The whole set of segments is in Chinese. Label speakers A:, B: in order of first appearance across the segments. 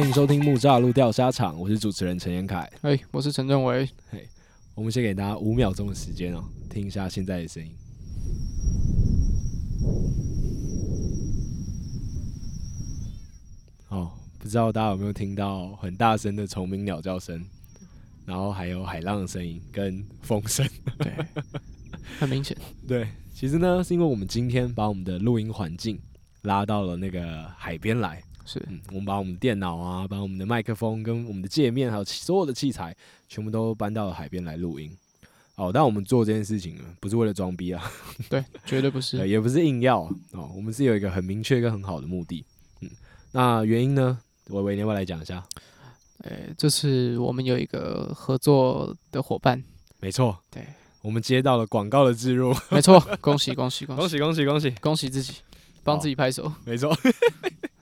A: 迎收听木栅路调沙场，我是主持人陈彦凯。
B: 哎、我是陈政 伟。
A: 我们先给大家五秒钟的时间哦，听一下现在的声音。哦，不知道大家有没有听到很大声的虫鸣鸟叫声，然后还有海浪的声音跟风声。
B: 对，很明显，
A: 对，其实呢，是因为我们今天把我们的录音环境拉到了那个海边来。
B: 是
A: 嗯，我们把我们的电脑啊，把我们的麦克风跟我们的界面，还有其所有的器材，全部都搬到海边来录音。哦，但我们做这件事情呢，不是为了装逼啊，
B: 对，绝对不
A: 呃
B: 是。
A: 也不是硬要啊哦，我们是有一个很明确跟很好的目的。嗯，那原因呢，伟伟你要不要来讲一下？
B: 哎、这次我们有一个合作的伙伴，
A: 没错，
B: 对，
A: 我们接到了广告的植入，
B: 没 错，恭喜恭喜恭
A: 恭
B: 喜
A: 喜恭喜恭喜！
B: 恭喜自己，帮自己拍手。
A: 没错。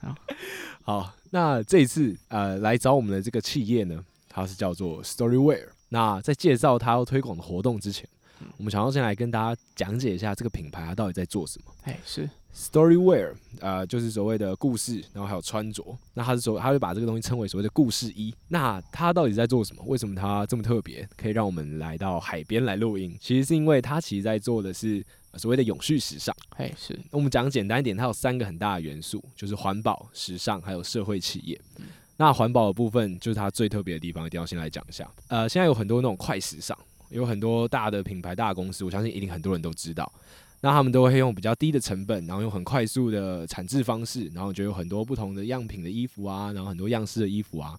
B: 好，
A: 好，那这一次呃来找我们的这个企业呢，它是叫做 Storyware。那在介绍它要推广的活动之前，我们想要先来跟大家讲解一下这个品牌它到底在做什么。
B: 哎、是
A: Storyware，呃，就是所谓的故事，然后还有穿着。那它是所，它会把这个东西称为所谓的故事衣。那它到底在做什么？为什么它这么特别，可以让我们来到海边来录音？其实是因为它其实在做的是呃所谓的永续时尚。
B: 哎、是
A: 我们讲简单一点，它有三个很大的元素，就是环保、时尚，还有社会企业。那环保的部分就是它最特别的地方，一定要先来讲一下。呃，现在有很多那种快时尚，有很多大的品牌、大的公司，我相信一定很多人都知道。那他们都会用比较低的成本，然后用很快速的产制方式，然后就有很多不同的样品的衣服啊，然后很多样式的衣服啊。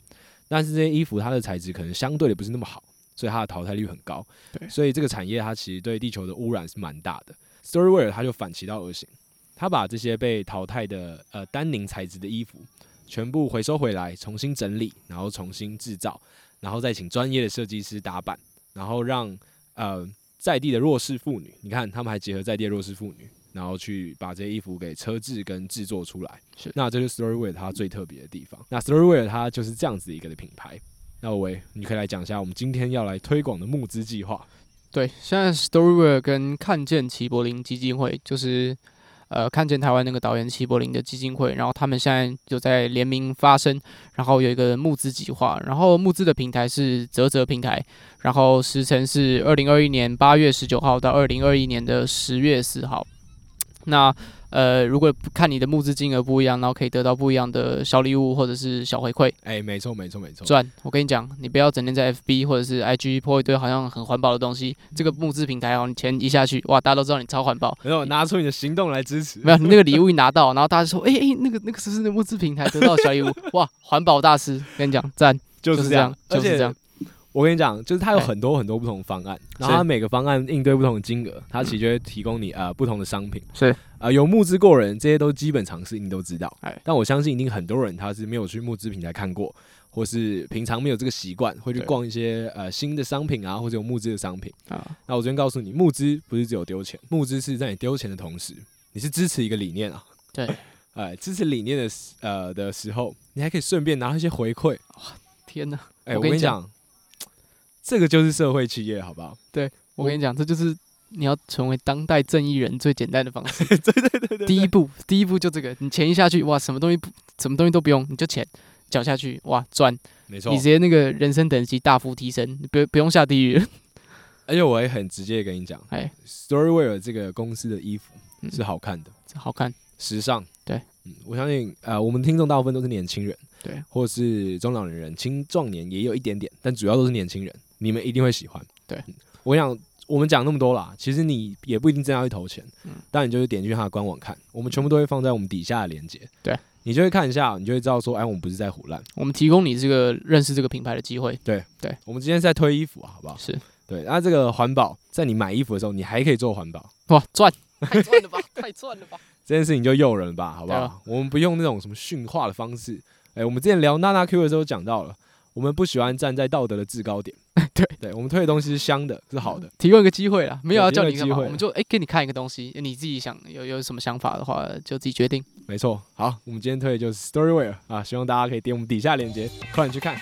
A: 但是这些衣服它的材质可能相对的不是那么好，所以它的淘汰率很高。
B: 对
A: 所以这个产业它其实对地球的污染是蛮大的。Storyware 它就反其道而行。他把这些被淘汰的呃丹宁材质的衣服全部回收回来，重新整理，然后重新制造，然后再请专业的设计师打版，然后让呃在地的弱势妇女，你看他们还结合在地的弱势妇女，然后去把这些衣服给车制跟制作出来。
B: 是
A: 那这就是 Storyware 它最特别的地方。那 Storyware 它就是这样子一个的品牌。那喂，你可以来讲一下我们今天要来推广的募资计划。
B: 对，现在 Storyware 跟看见齐柏林基金会就是。呃，看见台湾那个导演齐柏林的基金会，然后他们现在有在联名发声，然后有一个募资计划，然后募资的平台是泽泽平台，然后时程是二零二一年八月十九号到二零二一年的十月四号。那呃，如果看你的募资金额不一样，然后可以得到不一样的小礼物或者是小回馈，
A: 哎、没错，没错，没错。
B: 赚。我跟你讲，你不要整天在 FB 或者是 IG 破一堆好像很环保的东西。
A: 嗯
B: 这个募资平台哦，你钱一下去，哇，大家都知道你超环 保。
A: 没有拿出你的行动来支持。
B: 没有，你那个礼物一拿到，然后大家就说，哎、哎、那个那个是不是那募资平台得到的小礼物？哇，环保大师，跟你讲，赞，
A: 就
B: 就是是
A: 这
B: 这
A: 样
B: 样，，就是这
A: 而且
B: 样，
A: 我跟你讲，就是它有
B: 哎
A: 很多很多不同的方案，然
B: 是嗯
A: 后它每个方案应对不同的金额，它其实就会提供你呃不同的商品。
B: 是
A: 呃，有募资过人，这些都基本常识，你都知道
B: 哎。
A: 但我相信，一定很多人他是没有去募资平台看过，或是平常没有这个习惯，会去
B: 对
A: 逛一些呃新的商品啊，或者有募资的商品。
B: 啊，
A: 那我昨天告诉你，募资不是只有丢钱，募资是在你丢钱的同时，你是支持一个理念啊。
B: 对，
A: 哎，支持理念的时呃的时候，你还可以顺便拿到一些回馈。
B: 天哪！
A: 哎、
B: 我
A: 我
B: 跟
A: 跟
B: 你
A: 你讲，这个就是社会企业，好不好？
B: 我跟你讲，这就是你要成为当代正义人最简单的方式。
A: 对对
B: 第一步，第一步就这个，你钱一下去，哇，什么东西不，什么东西都不用，你就钱缴下去，哇，赚，
A: 没错
B: 你。直接那个人生等级大幅提升，你不不用下地狱了。
A: 而且我也很直接地跟你讲，
B: 哎，
A: Storyware 这个公司的衣服
B: 嗯
A: 是好看的，
B: 这好看，
A: 时尚。
B: 对，
A: 嗯，我相信呃，我们听众大部分都是年轻人，
B: 对，
A: 或是中老年人，青壮年也有一点点，但主要都是年轻人，你们一定会喜欢。
B: 对
A: 嗯我想我们讲那么多啦，其实你也不一定真的要去投钱，
B: 嗯
A: 但你就是点进去它的官网看，我们全部都会放在我们底下的链接。
B: 对，
A: 你就会看一下，你就会知道说，哎，我们不是在胡乱。
B: 我们提供你这个认识这个品牌的机会。
A: 我们今天是在推衣服啊，好不好？
B: 是，
A: 对，那这个环保，在你买衣服的时候，你还可以做环保，
B: 哇，赚，太赚了 吧，太赚了吧。
A: 这件事情就诱人吧，好不
B: 对
A: 好
B: 啊？
A: 我们不用那种什么驯化的方式。哎、我们之前聊娜娜 Q 的时候讲到了，我们不喜欢站在道德的制高点。
B: 对
A: 对，我们推的东西是香的，是好的。
B: 提供一个机会啦，没有
A: 对提供
B: 要叫你
A: 一个
B: 干
A: 机
B: 嘛，
A: 会
B: 我们就哎、给你看一个东西，你自己想有有什么想法的话，就自己决定。
A: 没错，好，我们今天推的就是 Storyware 啊，希望大家可以点我们底下链接，快点去看。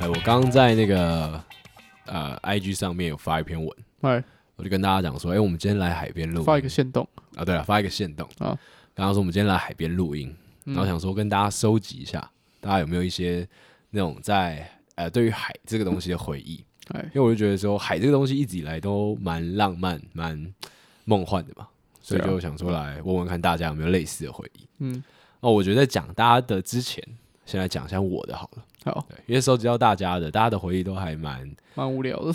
A: 哎，我刚刚在那个呃 IG 上面有发一篇文，
B: 哎，
A: 我就跟大家讲说，哎、我们今天来海边录音，
B: 发一个线动，
A: 啊，对了，发一个线动
B: 啊，
A: 刚刚说我们今天来海边录音，
B: 嗯
A: 然后想说跟大家收集一下，大家有没有一些那种在呃对于海这个东西的回忆？
B: 哎
A: 因，为我就觉得说海这个东西一直以来都蛮浪漫、蛮梦幻的嘛，所以
B: 对啊
A: 就想说来问问看大家有没有类似的回忆。
B: 嗯，
A: 哦，我觉得在讲大家的之前，先来讲一下我的好了，
B: 好，
A: 对，因为收集到大家的，大家的回忆都还蛮
B: 蛮无 聊的。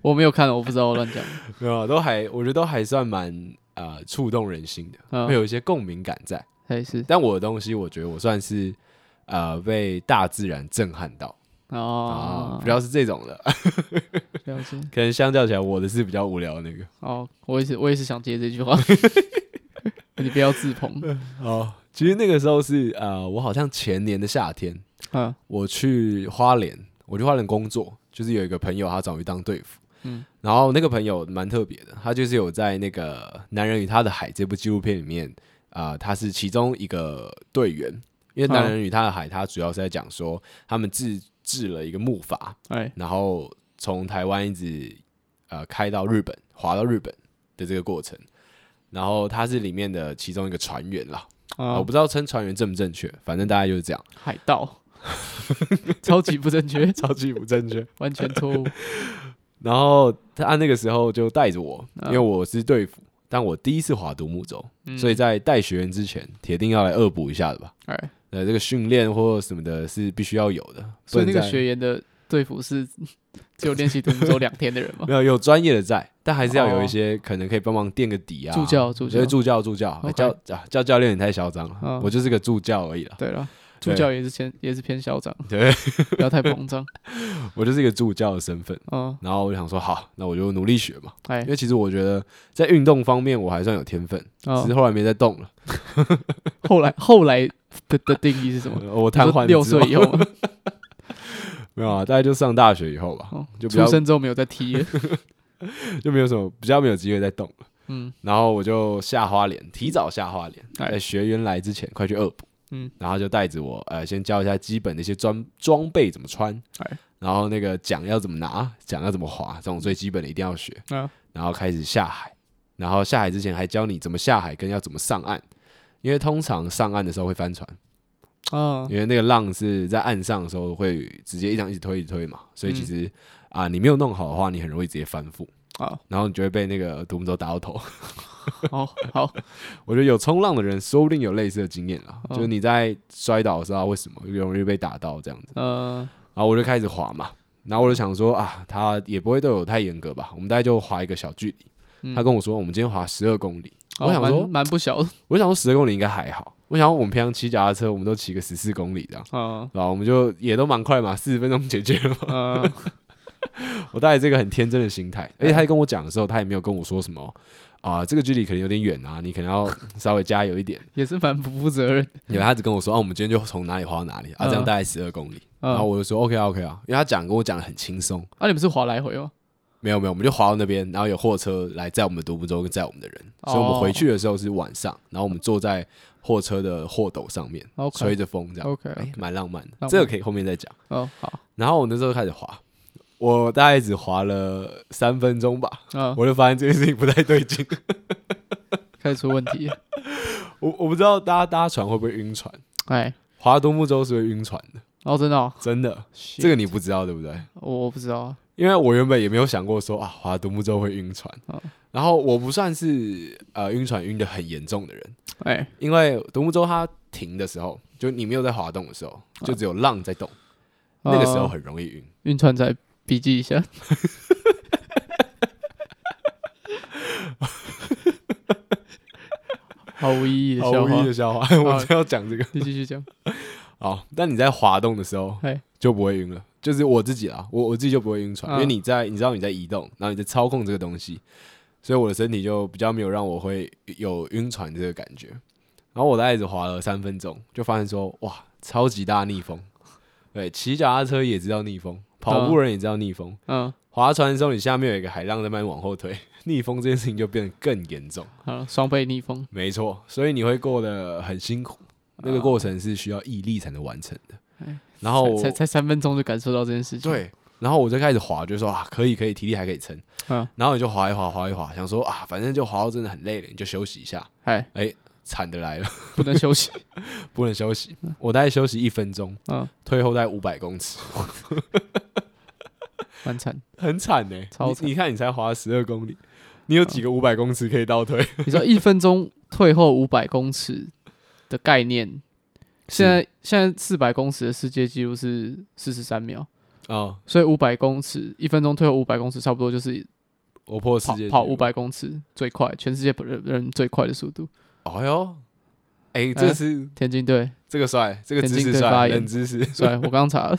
B: 我没有看，我不知道，我乱讲。
A: 没有啊，都还我觉得都还算蛮呃触动人心的，会
B: 嗯，
A: 有一些共鸣感在。
B: 还是
A: 但我的东西，我觉得我算是呃被大自然震撼到啊
B: 哦，，
A: 比较是这种的，
B: 了解。
A: 可能相较起来，我的是比较无聊的那个。
B: 哦，我也是，我也是想接这句 话。你不要自捧。
A: 哦，其实那个时候是呃，我好像前年的夏天，
B: 嗯，
A: 我去花莲，我去花莲工作，就是有一个朋友他找我去当队服，
B: 嗯
A: 然后那个朋友蛮特别的，他就是有在那个《男人与他的海》这部纪录片里面，啊、他是其中一个队员，因为《
B: 嗯
A: 男人与他的海》他主要是在讲说他们制制了一个木筏，
B: 哎，
A: 然后从台湾一直呃开到日本，划到日本的这个过程。然后他是里面的其中一个船员啦，啊
B: 啊
A: 我，不知道称船员正不正确，反正大概就是这样，
B: 海盗，超级不 正确，
A: 超级不正确。
B: 完全错误。
A: 然后他那个时候就带着我，
B: 嗯
A: 因为我是队服，但我第一次划独木舟，
B: 嗯
A: 所以在带学员之前，铁定要来恶补一下的吧。
B: 哎，
A: 呃，这个训练或什么的是必须要有的，
B: 所以那
A: 不能
B: 个
A: 在
B: 学员的队服是只有练习独木舟两天的人吗
A: 没？有有专业的在，但还是要有
B: 哦
A: 一些可能可以帮忙垫个底啊。
B: 助教，助
A: 所
B: 教
A: 以，助教助教、哎
B: OK
A: 教啊叫教练也太嚣张了，
B: 嗯
A: 我就是个助教而已啦。
B: 对了，助
A: 对
B: 教也是偏也是偏校长，
A: 对，
B: 不要太膨 胀。
A: 我就是一个助教的身份。
B: 嗯，
A: 然后我就想说，好，那我就努力学嘛，
B: 哎
A: 因，为其实我觉得在运动方面我还算有天分，只是
B: 哦，
A: 后来没再动了，
B: 后来后来的的定义是什么？
A: 呃我瘫痪了
B: 六
A: 之
B: 岁以后啊吗，
A: 没有啊，大概就上大学以后吧，
B: 哦
A: 就比
B: 出
A: 较
B: 生之后没有再踢了。
A: 就没有什么比较没有机会再动了。
B: 嗯，
A: 然后我就下花莲，提早下花莲，
B: 哎
A: 在学员来之前快去恶补。
B: 嗯，
A: 然后就带着我呃，先教一下基本的一些装装备怎么穿，
B: 哎
A: 然后那个桨要怎么拿，桨要怎么划，这种最基本的一定要学。
B: 啊
A: 然后开始下海，然后下海之前还教你怎么下海跟要怎么上岸，因为通常上岸的时候会翻船，
B: 啊，
A: 因为那个浪是在岸上的时候会直接一张一直推一直推嘛，所以
B: 嗯
A: 其实啊、你没有弄好的话，你很容易直接翻覆，
B: 好，
A: 然后你就会被那个独木舟打到头。
B: 好，好，
A: 我觉得有冲浪的人说不定有类似的经验啦，
B: 嗯
A: 就是你在摔倒的时候啊为什么容易被打到这样子，
B: 呃，
A: 然后我就开始滑嘛，然后我就想说啊，他也不会对我太严格吧，我们大概就滑一个小距离。
B: 嗯
A: 他跟我说我们今天滑十二公里，
B: 哦
A: 我想说
B: 蛮蛮不小的
A: 我想说十公里应该还好，我想说我们平常骑脚踏车，我们都骑个十四公里这样，
B: 啊，
A: 对吧？我们就也都蛮快嘛，四十分钟解 决了嘛。
B: 呃，
A: 我带着这个很天真的心态，而且他跟我讲的时候，他也没有跟我说什么啊，这个距离可能有点远啊，你可能要 稍微加油一点。
B: 也是蛮不负责任的。
A: 因为他只跟我说，啊，我们今天就从哪里滑到哪里啊，
B: 嗯
A: 这样大概十二公里。然
B: 啊
A: 后，我就说 OK 啊 OK 啊，因为他讲跟我讲的很轻松，
B: 啊，你们是划来回吗？
A: 没有没有，我们就滑到那边，然后有货车来载我们的独木舟跟载我们的人，
B: 哦
A: 所以我们回去的时候是晚上，然后我们坐在货车的货斗上面，吹
B: OK
A: 着风这样。哎
B: OK，，
A: 蛮浪漫的，
B: 漫
A: 这个可以后面再讲。
B: 哦，好，
A: 然后我那时候开始滑，我大概只滑了三分钟吧，
B: 啊，
A: 我就发现这件事情不太对劲。
B: 开始出问题了，
A: 我我不知道大家搭船会不会晕船，
B: 哎，
A: 滑独木舟是会晕船的，
B: 哦，真的哦，
A: 真的，这
B: 这
A: 个你不知道对不对？
B: 我我不知道啊，
A: 因为我原本也没有想过说啊，滑独木舟会晕船
B: 哦。
A: 然后我不算是呃晕船晕的很严重的人，
B: 哎，
A: 因为独木舟它停的时候，就你没有在滑动的时候，就只有浪在动，那个时候
B: 呃
A: 很容易晕。
B: 晕船仔笔记一下， 毫无意义的
A: 好
B: 笑
A: 无
B: 话
A: 意，的笑话，哦我只要讲这个。
B: 你继续讲。
A: 好，哦但你在滑动的时候
B: 嘿，
A: 就不会晕了。就是我自己啦，我我自己就不会晕船，
B: 嗯
A: 因为你在你知道你在移动，然后你在操控这个东西，所以我的身体就比较没有让我会有晕船这个感觉。然后我大概只滑了三分钟，就发现说哇，超级大逆风。对，骑脚踏车也知道逆风，跑步人也知道逆风，
B: 嗯，
A: 划船的时候你下面有一个海浪在慢慢往后推， 逆风这件事情就变得更严重。
B: 好，双倍逆风，
A: 没错，所以你会过得很辛苦，那个过程是需要毅力才能完成的
B: 啊哎。
A: 然后我
B: 才才才三分钟就感受到这件事情。，
A: 对，然后我就开始滑，就说啊，可以可以，体力还可以撑。
B: 嗯，
A: 然后你就滑一滑，滑一滑，想说啊，反正就滑到真的很累了，你就休息一下。
B: 哎，
A: 惨的来了，
B: 不能休息，
A: 不能休息，我大概休息一分钟，
B: 嗯，
A: 退后在五百公尺，
B: 蛮惨。
A: 很惨呢、
B: 超惨嗯
A: 你！你看你才滑十二公里，你有几个五百公尺可以倒退？
B: 你知道一分钟退后五百公尺的概念，现在现在四百公尺的世界纪录是四十三秒，
A: 哦，
B: 所以五百公尺一分钟退后五百公尺，差不多就是
A: 我破世
B: 跑
A: 界纪录
B: 跑五，百公尺最快，全世界人人最快的速度。
A: 哎呦，哎，这是
B: 田径队，
A: 这个帅，这个
B: 田
A: 姿
B: 径
A: 势
B: 队发
A: 帅，
B: 言
A: 冷知识。
B: 所以我刚刚 查了，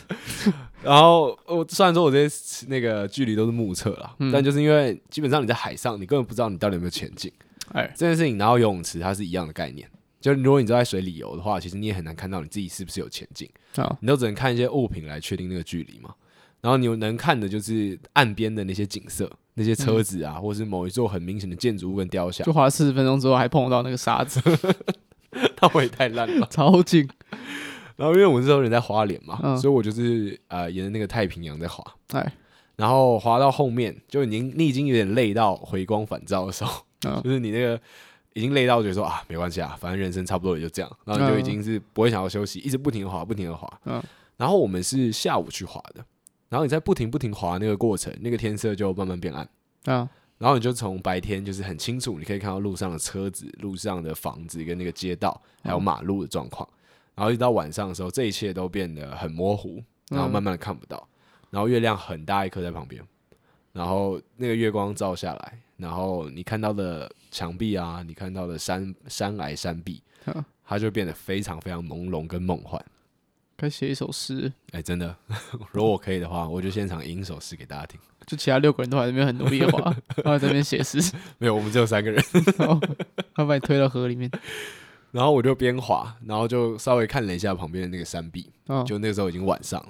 A: 然后我虽然说我这些那个距离都是目测啦，
B: 嗯
A: 但就是因为基本上你在海上，你根本不知道你到底有没有前进。
B: 哎，
A: 这件事情，然后游泳池它是一样的概念。就如果你都在水里游的话，其实你也很难看到你自己是不是有前进，
B: 好，
A: 你都只能看一些物品来确定那个距离嘛。然后你能看的就是岸边的那些景色，那些车子啊，或是某一座很明显的建筑物跟雕像
B: 嗯就。滑了四十分钟之后还碰到那个沙子，
A: 那我也太烂了吧。
B: 超近，
A: 然后因为我那时候人在花莲嘛，
B: 嗯
A: 所以我就是呃沿着那个太平洋在滑，
B: 哎，
A: 然后滑到后面就已经你已经有点累到回光返照的时候，
B: 嗯
A: 就是你那个已经累到觉得说啊没关系啊，反正人生差不多也就这样，然后你就已经是不会想要休息，一直不停的滑，不停的滑。
B: 嗯
A: 然后我们是下午去滑的，然后你在不停不停滑那个过程，那个天色就慢慢变暗。
B: 啊，
A: 然后你就从白天就是很清楚，你可以看到路上的车子、路上的房子跟那个街道，还有马路的状况。然后一直到晚上的时候，这一切都变得很模糊，然后慢慢的看不到。然后月亮很大一颗在旁边，然后那个月光照下来，然后你看到的墙壁啊，你看到的山山崖山壁
B: 嗯，
A: 它就变得非常非常朦胧跟梦幻。
B: 该写一首诗，
A: 哎，真的， 如果我可以的话，我就现场吟一首诗给大家听。
B: 就其他六个人都还在那边很努力的 滑，然后在那边写诗，
A: 没有，我们只有三个人。
B: 然后他把你推到河里面，
A: 然后我就边滑，然后就稍微看了一下旁边的那个山壁，
B: 啊，
A: 就那个时候已经晚上了。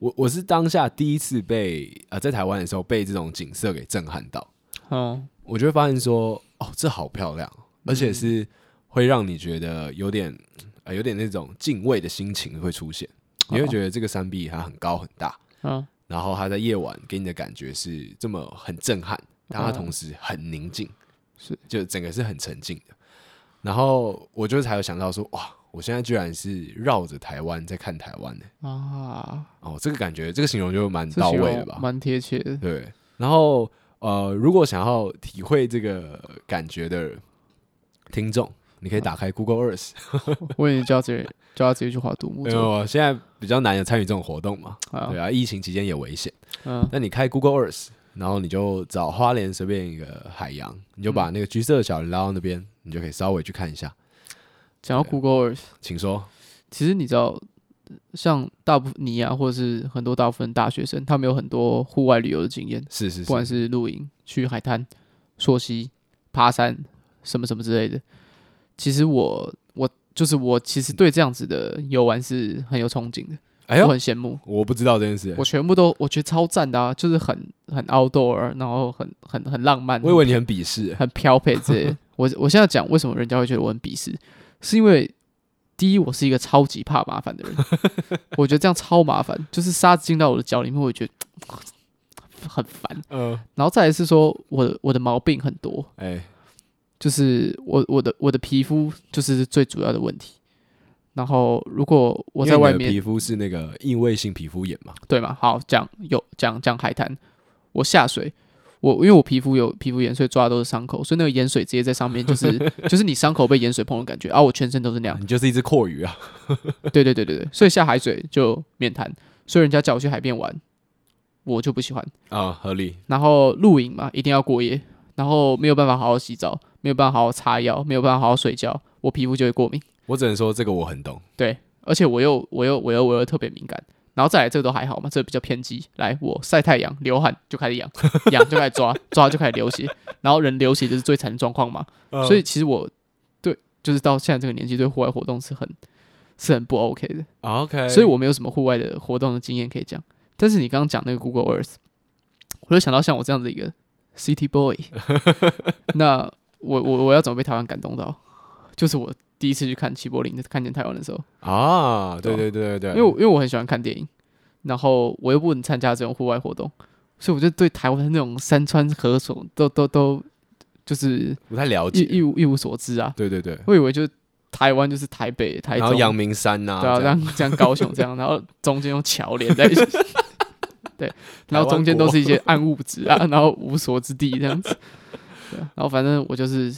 A: 我我是当下第一次被呃在台湾的时候被这种景色给震撼到，
B: 哦，
A: 我就会发现说，哦，这好漂亮哦，而且是会让你觉得有点呃有点那种敬畏的心情会出现，你会觉得这个山壁它很高很大，
B: 啊，
A: 然后它在夜晚给你的感觉是这么很震撼，但它
B: 哦
A: 同时很宁静，
B: 是
A: 就整个是很沉静的。然后我就才有想到说，哇，我现在居然是绕着台湾在看台湾呢、
B: 啊，
A: 哦，这个感觉，这个形容就蛮
B: 这
A: 到
B: 形
A: 位
B: 容
A: 了吧？
B: 蛮贴切的。
A: 对。然后呃，如果想要体会这个感觉的听众，你可以打开 Google Earth，
B: 我以为你叫直接叫他直接去划独木
A: 因为
B: 舟
A: 我现在比较难有参与这种活动嘛，
B: 啊
A: 哎对，啊，疫情期间也危险。
B: 嗯，
A: 那你开 Google Earth，然后你就找花莲随便一个海洋，你就
B: 嗯
A: 把那个橘色的小人拉到那边，你就可以稍微去看一下。
B: 讲
A: 啊
B: 到 Google Earth，
A: 请说，
B: 其实你知道，像大部分你啊，或者是很多大部分大学生，他们有很多户外旅游的经验，
A: 是是
B: 不管
A: 是，
B: 是露营、去海滩、溯溪、爬山什么什么之类的。其实我我就是我，其实对这样子的游玩是很有憧憬的，
A: 哎
B: 我
A: 呦，
B: 很羡慕。
A: 我不知道这件事
B: 我，全部都我觉得超赞的啊，就是很很 outdoor，然后很很很浪漫。
A: 我以为你很鄙视，
B: 很飘配之类的。我我现在讲为什么人家会觉得我很鄙视，是因为第一，我是一个超级怕麻烦的人，我觉得这样超麻烦，就是沙子进到我的脚里面，我觉得很烦。
A: 嗯，
B: 然后再来是说，我的我的毛病很多，
A: 哎，
B: 就是我我的我的皮肤就是最主要的问题。然后如果我在
A: 因为
B: 外
A: 你的
B: 面
A: 皮肤是那个异位性皮肤炎嘛，
B: 对嘛，好讲有讲讲海滩，我下水，我因为我皮肤有皮肤炎，所以抓的都是伤口，所以那个盐水直接在上面，就是就是你伤口被盐水碰的感觉啊，我全身都是那样。
A: 你就是一只阔鱼啊，
B: 对对对对对，所以下海水就面谈，所以人家叫我去海边玩，我就不喜欢。
A: 啊，合理，
B: 然后露营嘛，一定要过夜，然后没有办法好好洗澡，没有办法好好擦药，没有办法好好睡觉，我皮肤就会过敏。
A: 我只能说这个我很懂，
B: 对，而且我又我又我又我又特别敏感，然后再来这个都还好嘛，这个比较偏激。来，我晒太阳流汗就开始痒，痒就开始抓，抓就开始流血，然后人流血就是最惨的状况嘛。
A: 嗯
B: 所以其实我对就是到现在这个年纪，对户外活动是很是很不 OK 的，
A: 啊 OK，
B: 所以我没有什么户外的活动的经验可以讲。但是你刚刚讲那个 Google Earth，我就想到像我这样子一个 City Boy，那我我我要怎么被台湾感动到？就是我第一次去看齐柏林的看见台湾的时候。
A: 啊，对
B: 对
A: 对对对对，
B: 因为我因为我很喜欢看电影，然后我又不能参加这种户外活动，所以我就对台湾那种山川河水都都都就是
A: 不太了
B: 一
A: 解。
B: 一无一无所知啊。
A: 对对对，
B: 我以为就是台湾就是台北、台
A: 然后
B: 中，
A: 阳明山呐、
B: 对啊，
A: 这样
B: 像像高雄这样，然后中间用桥连在 一起，对，然后中间都是一些暗物质啊，然后无所之地这样子。对啊，然后反正我就是，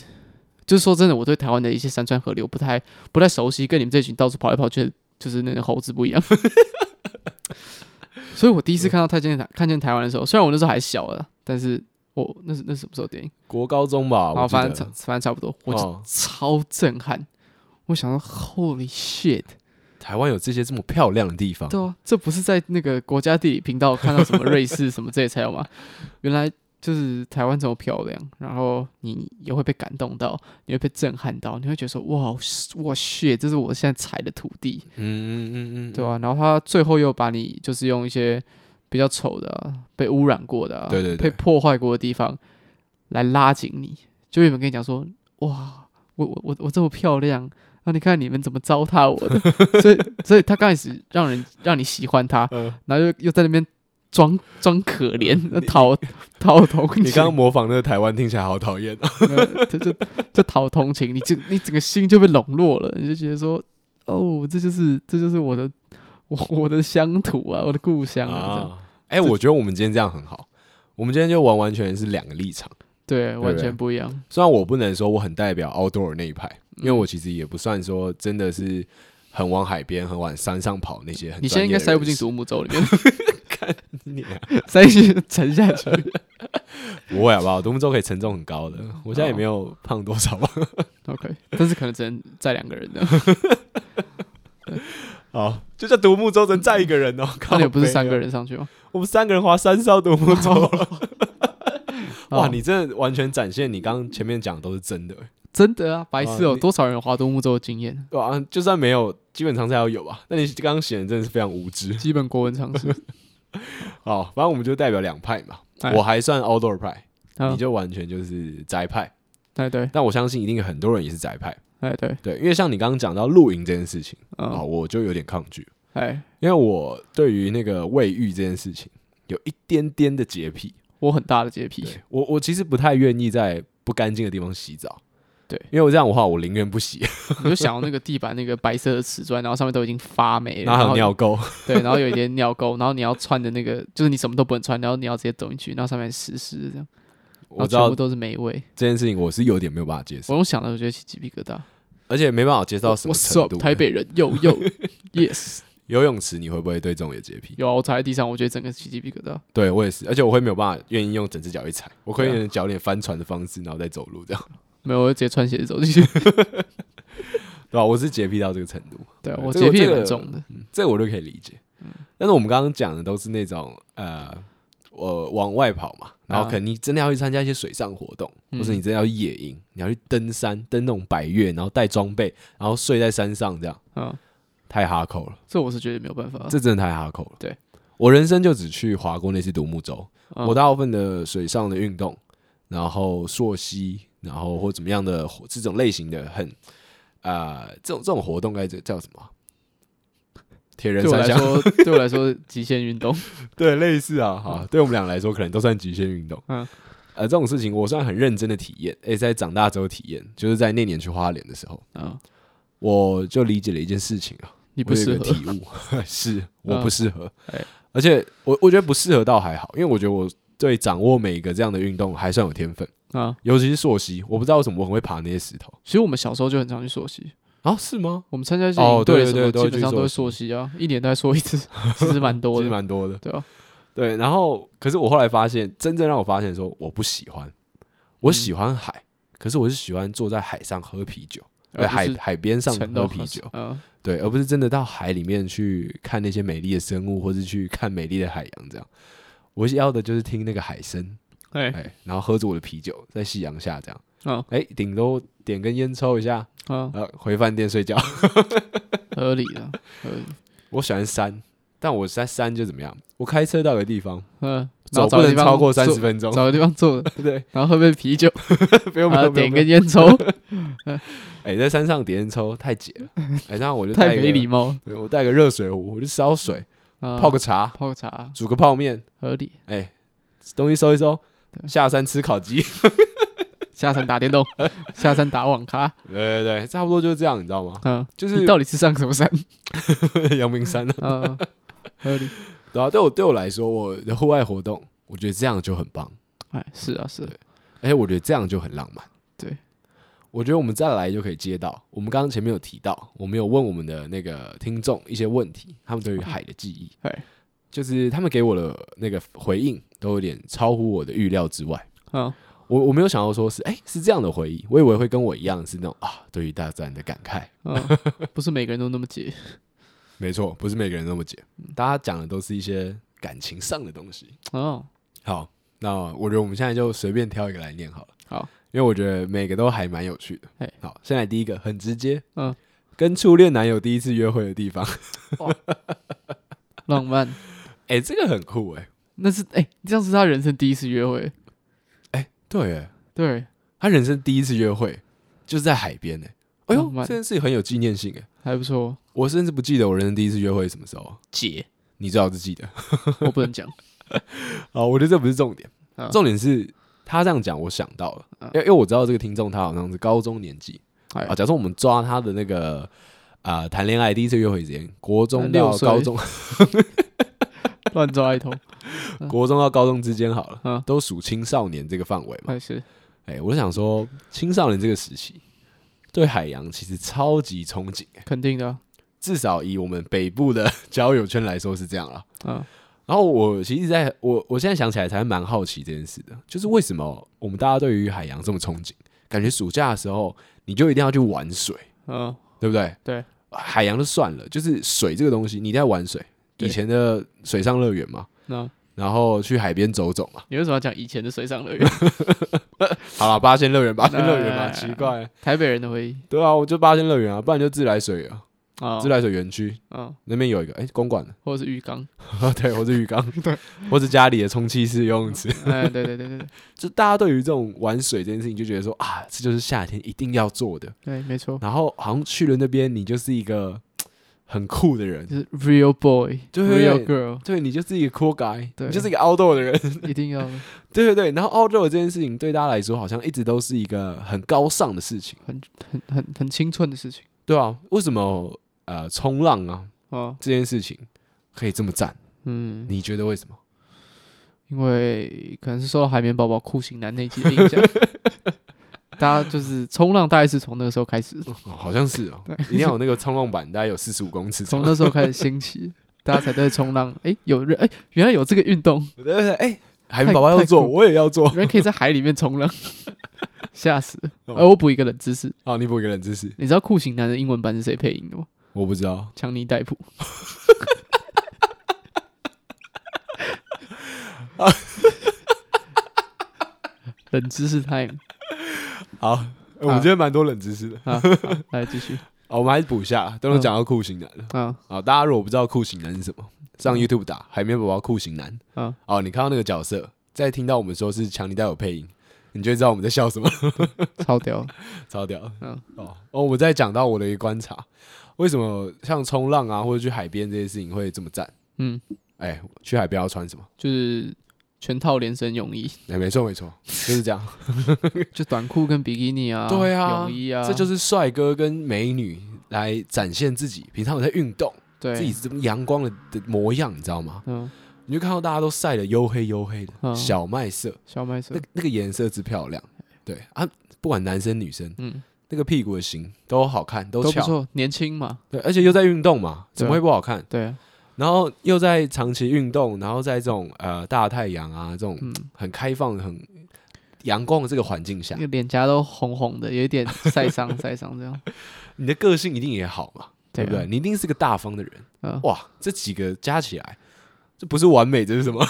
B: 就是说真的，我对台湾的一些山川河流不太不太熟悉，跟你们这群到处跑来跑去的，就是那个猴子不一样。所以我第一次看到太监台看见台湾的时候，虽然我那时候还小了，但是我那是那是什么时候的电影？
A: 国高中吧，
B: 然后
A: 啊我记
B: 反
A: 得
B: 正差反正差不多，我就
A: 哦，
B: 超震撼。我想说，Holy shit！
A: 台湾有这些这么漂亮的地方，
B: 对啊，这不是在那个国家地理频道看到什么瑞士什么这些才有吗？ 原来就是台湾这么漂亮，然后你也会被感动到，你会被震撼到，你会觉得说哇哇血，这是我现在踩的土地，
A: 嗯嗯嗯嗯，
B: 对啊吧、然后他最后又把你就是用一些比较丑的啊、被污染过的、啊、
A: 对对对
B: 被破坏过的地方来拉紧你，就有人跟你讲说哇，我我我我这么漂亮。啊那、你看你们怎么糟蹋我的，所以 所以他刚开始让人让你喜欢他，
A: 嗯。
B: 然后又又在那边装装可怜，讨讨同情，
A: 你刚刚模仿那个台湾听起来好讨厌啊！
B: 呃就就就讨同情，你就你整个心就被笼络了，你就觉得说，哦，这就是这就是我的我我的乡土啊，我的故乡啊，这样
A: 啊哎、我觉得我们今天这样很好，我们今天就完完全全是两个立场。
B: 对，完
A: 对
B: 全不一样，
A: 虽然我不能说我很代表 outdoor 那一派，因
B: 嗯
A: 为我其实也不算说真的是很往海边、很往山上跑那些很
B: 你现
A: 专
B: 在应
A: 业的
B: 该
A: 人士。
B: 塞不 进独木舟里面，
A: 你啊
B: 塞进去沉下 去，
A: 不会好不好？独木舟可以承重很高的，我现在也没有胖多少吧。
B: OK，但是可能只能载两个人的，
A: 好，就叫独木舟，只能载一个人哦。
B: 那
A: 靠
B: 你们不是
A: 北啊
B: 三个，人上去吗？
A: 我们三个人划三艘独木舟。 哇，
B: 哦
A: 你真的完全展现你刚刚前面讲的都是真的、欸，
B: 真的啊，白痴
A: 哦
B: 哦，
A: 你
B: 多少人有划独木舟的经验？
A: 对啊，就算没有，基本常识还要有吧。那你刚刚显得真的是非常无知。
B: 基本国文常识，
A: 好，反正我们就代表两派嘛。
B: 哎
A: 我还算 outdoor 派，
B: 啊
A: 你，就完全就是宅派。
B: 哎对，
A: 但我相信一定很多人也是宅派，
B: 哎对，
A: 对，因为像你刚刚讲到露营这件事情啊、
B: 嗯，
A: 我就有点抗拒，
B: 哎，
A: 因为我对于那个卫浴这件事情有一点点的洁癖。
B: 我很大的洁癖，
A: 对 我，我其实不太愿意在不干净的地方洗澡。
B: 对
A: 因为我这样的话，我宁愿不洗，
B: 你就想到那个地板那个白色的瓷砖，然后上面都已经发霉 了，
A: 然后还有尿垢，
B: 对，然后有一点尿垢，然后你要穿的那个就是你什么都不能穿，然后你要直接走进去，然后上面湿湿的这样，然
A: 我
B: 后
A: 知
B: 全
A: 道
B: 部都是霉味。
A: 这件事情我是有点没有办法接受，
B: 我用想到我就会起鸡皮疙瘩。
A: 而且没办法接受到什么程
B: What's
A: 度
B: up，。台北人又 又 yes，
A: 游泳池你会不会对这种有洁癖？
B: 有啊，我踩在地上，我觉得整个起鸡皮疙瘩。
A: 对我也是，而且我会没有办法愿意用整只脚去踩，我可以
B: 对啊
A: 用脚有点翻船的方式，然后再走路这样，
B: 没有，我就直接穿鞋子走进去。
A: 对吧、我是洁癖到这个程度，
B: 对啊
A: 对
B: 我
A: 这个
B: 洁癖也
A: 这个
B: 蛮重的，
A: 嗯这我就可以理解。但是我们刚刚讲的都是那种呃，我往外跑嘛，然后
B: 啊嗯
A: 可能你真的要去参加一些水上活动，或者你真的要去野营，你要去登山，登那种百越，然后带装备，然后睡在山上这样，
B: 嗯，
A: 太哈扣了，
B: 这我是觉得没有办法。
A: 这真的太哈扣了。
B: 啊对。
A: 我人生就只去划过那次独木舟，
B: 嗯
A: 我大部分的水上的运动，然后溯溪，然后或怎么样的活这种类型的很，啊，这种这种活动该叫叫什么啊？铁人
B: 对我
A: 三
B: 来
A: 项，
B: 说，对我来说，极限运动，
A: 对，类似啊，好，对我们俩来说可能都算极限运动。
B: 嗯
A: 呃，这种事情我算很认真的体验，诶，在长大之后体验，就是在那年去花莲的时候，
B: 嗯，
A: 我就理解了一件事情啊，
B: 你不适
A: 我
B: 合
A: 有一个体悟， 是我不适合。
B: 哎
A: 而且我我觉得不适合倒还好，因为我觉得我对掌握每一个这样的运动还算有天分，
B: 啊。
A: 尤其是溯溪，我不知道为什么我很会爬那些石头
B: 其实我们小时候就很常去溯溪，
A: 啊？是吗？
B: 我们参加一些
A: 哦
B: 营队
A: 对
B: 的时
A: 对
B: 候，
A: 对
B: 基本上
A: 去
B: 都会
A: 溯
B: 溯溪啊，一年大概溯一次，其实蛮多
A: 其实
B: 的，
A: 蛮多的，
B: 对啊，
A: 对。然后，可是我后来发现，真正让我发现说，我不喜欢，
B: 嗯
A: 我喜欢海，可是我是喜欢坐在海上喝啤酒，
B: 而
A: 对，
B: 不
A: 海
B: 是
A: 海边上
B: 沉
A: 喝
B: 到
A: 啤酒，
B: 嗯，
A: 对，而不是真的到海里面去看那些美丽的生物，或是去看美丽的海洋这样。我要的就是听那个海声，
B: 哎，
A: 哎，然后喝着我的啤酒，在夕阳下这样，
B: 嗯
A: 哎，顶多点根烟抽一下，
B: 嗯，
A: 呃，回饭店睡觉。
B: 合理的，合理，
A: 我喜欢山，但我在山就怎么样？我开车到一个地方，
B: 嗯，然
A: 走
B: 后
A: 不
B: 找个
A: 能
B: 地方
A: 超过
B: 坐
A: 三十，分钟，
B: 找个地方坐，
A: 对，啊
B: 然后喝杯啤酒，
A: 不用不
B: 然后
A: 用不
B: 点
A: 用。
B: 根烟抽，
A: 哎，在 山上点烟抽太解了，哎，然后我就
B: 太
A: 带一个
B: 没礼貌了，
A: 对我带个热水壶，我就烧水，
B: 呃
A: 泡个茶，
B: 泡个茶
A: 煮个泡面，
B: 合理，
A: 哎、东西收一收，
B: 对
A: 下山吃烤鸡。
B: 下山打电动，下山打网咖，
A: 对对对，差不多就是这样，你知道吗？
B: 嗯，
A: 就
B: 你
A: 是
B: 到底是上什么山？
A: 阳明山啊。
B: 嗯，合理，
A: 对啊，对我对我来说，我的户外活动，我觉得这样就很棒，
B: 哎，是啊，是啊，
A: 而且我觉得这样就很浪漫。
B: 对，
A: 我觉得我们再来就可以接到，我们刚刚前面有提到，我们有问我们的那个听众一些问题，他们对于海的记忆，
B: 哎，
A: 就是他们给我的那个回应都有点超乎我的预料之外。
B: 嗯，
A: 我我没有想到说是哎、是这样的回忆，我以为会跟我一样是那种啊对于大自然的感慨。
B: 嗯，不是每个人都那么解，
A: 没错，不是每个人那么解，大家讲的都是一些感情上的东西。
B: 哦，
A: 好，那我觉得我们现在就随便挑一个来念好了。
B: 好，
A: 因为我觉得每个都还蛮有趣的。
B: 嘿
A: 好，先来第一个，很直接。
B: 嗯，
A: 跟初恋男友第一次约会的地方，
B: 浪漫，
A: 哎、这个很酷哎、
B: 那是哎，这样是他人生第一次约会，
A: 对哎，
B: 对，
A: 他人生第一次约会就是在海边哎、哎呦
B: 浪，漫
A: 这件事情很有纪念性哎、
B: 还不 错，
A: 我甚至不记得我人生第一次约会是什么时候啊，
B: 解，
A: 你最好是记得。
B: 我不能讲，
A: 好，我觉得这不是重点，
B: 嗯
A: 重点是他这样讲，我想到了，
B: 嗯
A: 因为因为我知道这个听众他好像是高中年纪
B: 哎
A: 啊。假设我们抓他的那个啊谈恋爱第一次约会时间，国中
B: 六
A: 到
B: 岁
A: 高中，
B: 乱抓一 通，
A: 国中到高中之间好了，
B: 嗯
A: 都属青少年这个范围嘛。
B: 还是
A: 哎、我就想说，青少年这个时期对海洋其实超级憧憬、哎
B: 肯定的啊，
A: 至少以我们北部的 交友圈来说是这样啦。
B: 嗯，
A: 然后我其实一直在我我现在想起来才蛮好奇这件事的，就是为什么我们大家对于海洋这么憧憬？感觉暑假的时候你就一定要去玩水，
B: 嗯，
A: 对不对？
B: 对，
A: 海洋就算了，就是水这个东西，你在玩水，
B: 对
A: 以前的水上乐园嘛，
B: 那
A: 然后去海边走走嘛。
B: 你为什么要讲以前的水上 乐园？
A: 好了，八仙乐园，八仙乐园嘛，
B: 哎
A: 奇怪，
B: 台北人的回忆
A: 对啊，我就八仙乐园啊，不然就自来水啊，
B: 啊，
A: 自来水园区
B: 嗯，
A: 那边有一个，哎、公馆的，
B: 或者是浴 缸，
A: 哦对，或是浴缸，对，或是家里的充气式游泳池，
B: 哎，对对对对对
A: 就大家对于这种玩水这件事情就觉得说啊，这就是夏天一定要做的，
B: 对，哎没错，
A: 然后好像去了那边，你就是一个很酷的人，
B: 就是 real
A: 对对
B: boy，real girl，
A: 对你就是一个 cool guy，
B: 对
A: 你就是一个 outdoor 的人，
B: 一定要的
A: 对对对，然后 outdoor 这件事情对大家来说好像一直都是一个很高尚的事情，
B: 很很很青春的事情
A: 对啊，为什么呃冲浪啊
B: 哦，
A: 这件事情可以这么赞？
B: 嗯，
A: 你觉得为什么？
B: 因为可能是受到海绵宝宝酷型男那一集的 影响，大家就是冲浪，大概是从那个时候开始，
A: 哦好像是哦，一定要有那个冲浪板，大概有四十五公 尺
B: 从
A: 长。
B: 那时候开始兴起，大家才对冲浪，哎，有人哎，原来有这个运 动，
A: 对对对，哎，海绵宝宝要做，
B: 太酷
A: 我也要做。
B: 原来可以在海里面冲 浪，吓死了！
A: 哦
B: 哎，我补一个冷知识，
A: 好，你补一个冷知识，
B: 你知道酷型男的英文版是谁配音的吗？
A: 我不知道。
B: 强 尼戴普。冷知识 time
A: 好，呃我们今天蛮多冷知识的。
B: 啊，好来继续
A: 好，我们还是补一下，
B: 嗯
A: 都能讲到酷型男了。
B: 啊，
A: 好，大家如果不知道酷型男是什么，上 YouTube 打海绵宝宝酷型男。
B: 嗯
A: 哦，你看到那个角色，再听到我们说是强尼戴有配音，你就会知道我们在笑什么，
B: 超屌，
A: 超屌。
B: 嗯
A: 哦哦，我再讲到我的一个观察，为什么像冲浪啊或者去海边这些事情会这么赞？
B: 嗯，
A: 哎，去海边要穿什么？
B: 就是全套连身泳衣，
A: 哎，没错没错，就是这样。
B: 就短裤跟比基尼啊，
A: 对啊
B: 泳衣啊，
A: 这就是是帅哥跟美女来展现自己，平常有在运动，
B: 对
A: 自己这么阳光的的模样，你知道吗？
B: 嗯
A: 你就看到大家都晒得黝黑黝黑的，
B: 嗯
A: 小麦色，
B: 小麦色
A: 那，那个颜色之漂亮，对啊，不管男生女生，
B: 嗯，
A: 那个屁股的型都好看，都
B: 都不
A: 翘，
B: 错，年轻嘛，
A: 对，而且又在运动嘛，怎么
B: 对
A: 会不好看？
B: 对啊，
A: 然后又在长期运动，然后在这种呃大太阳啊这种
B: 嗯，
A: 很开放、很阳光的这个环境下
B: 那，个脸颊都红红的，有一点晒伤晒伤这样，
A: 你的个性一定也好嘛，对
B: 啊
A: 不对？？你一定是个大方的人。
B: 嗯，
A: 哇，这几个加起来，这不是完美，这是什 么？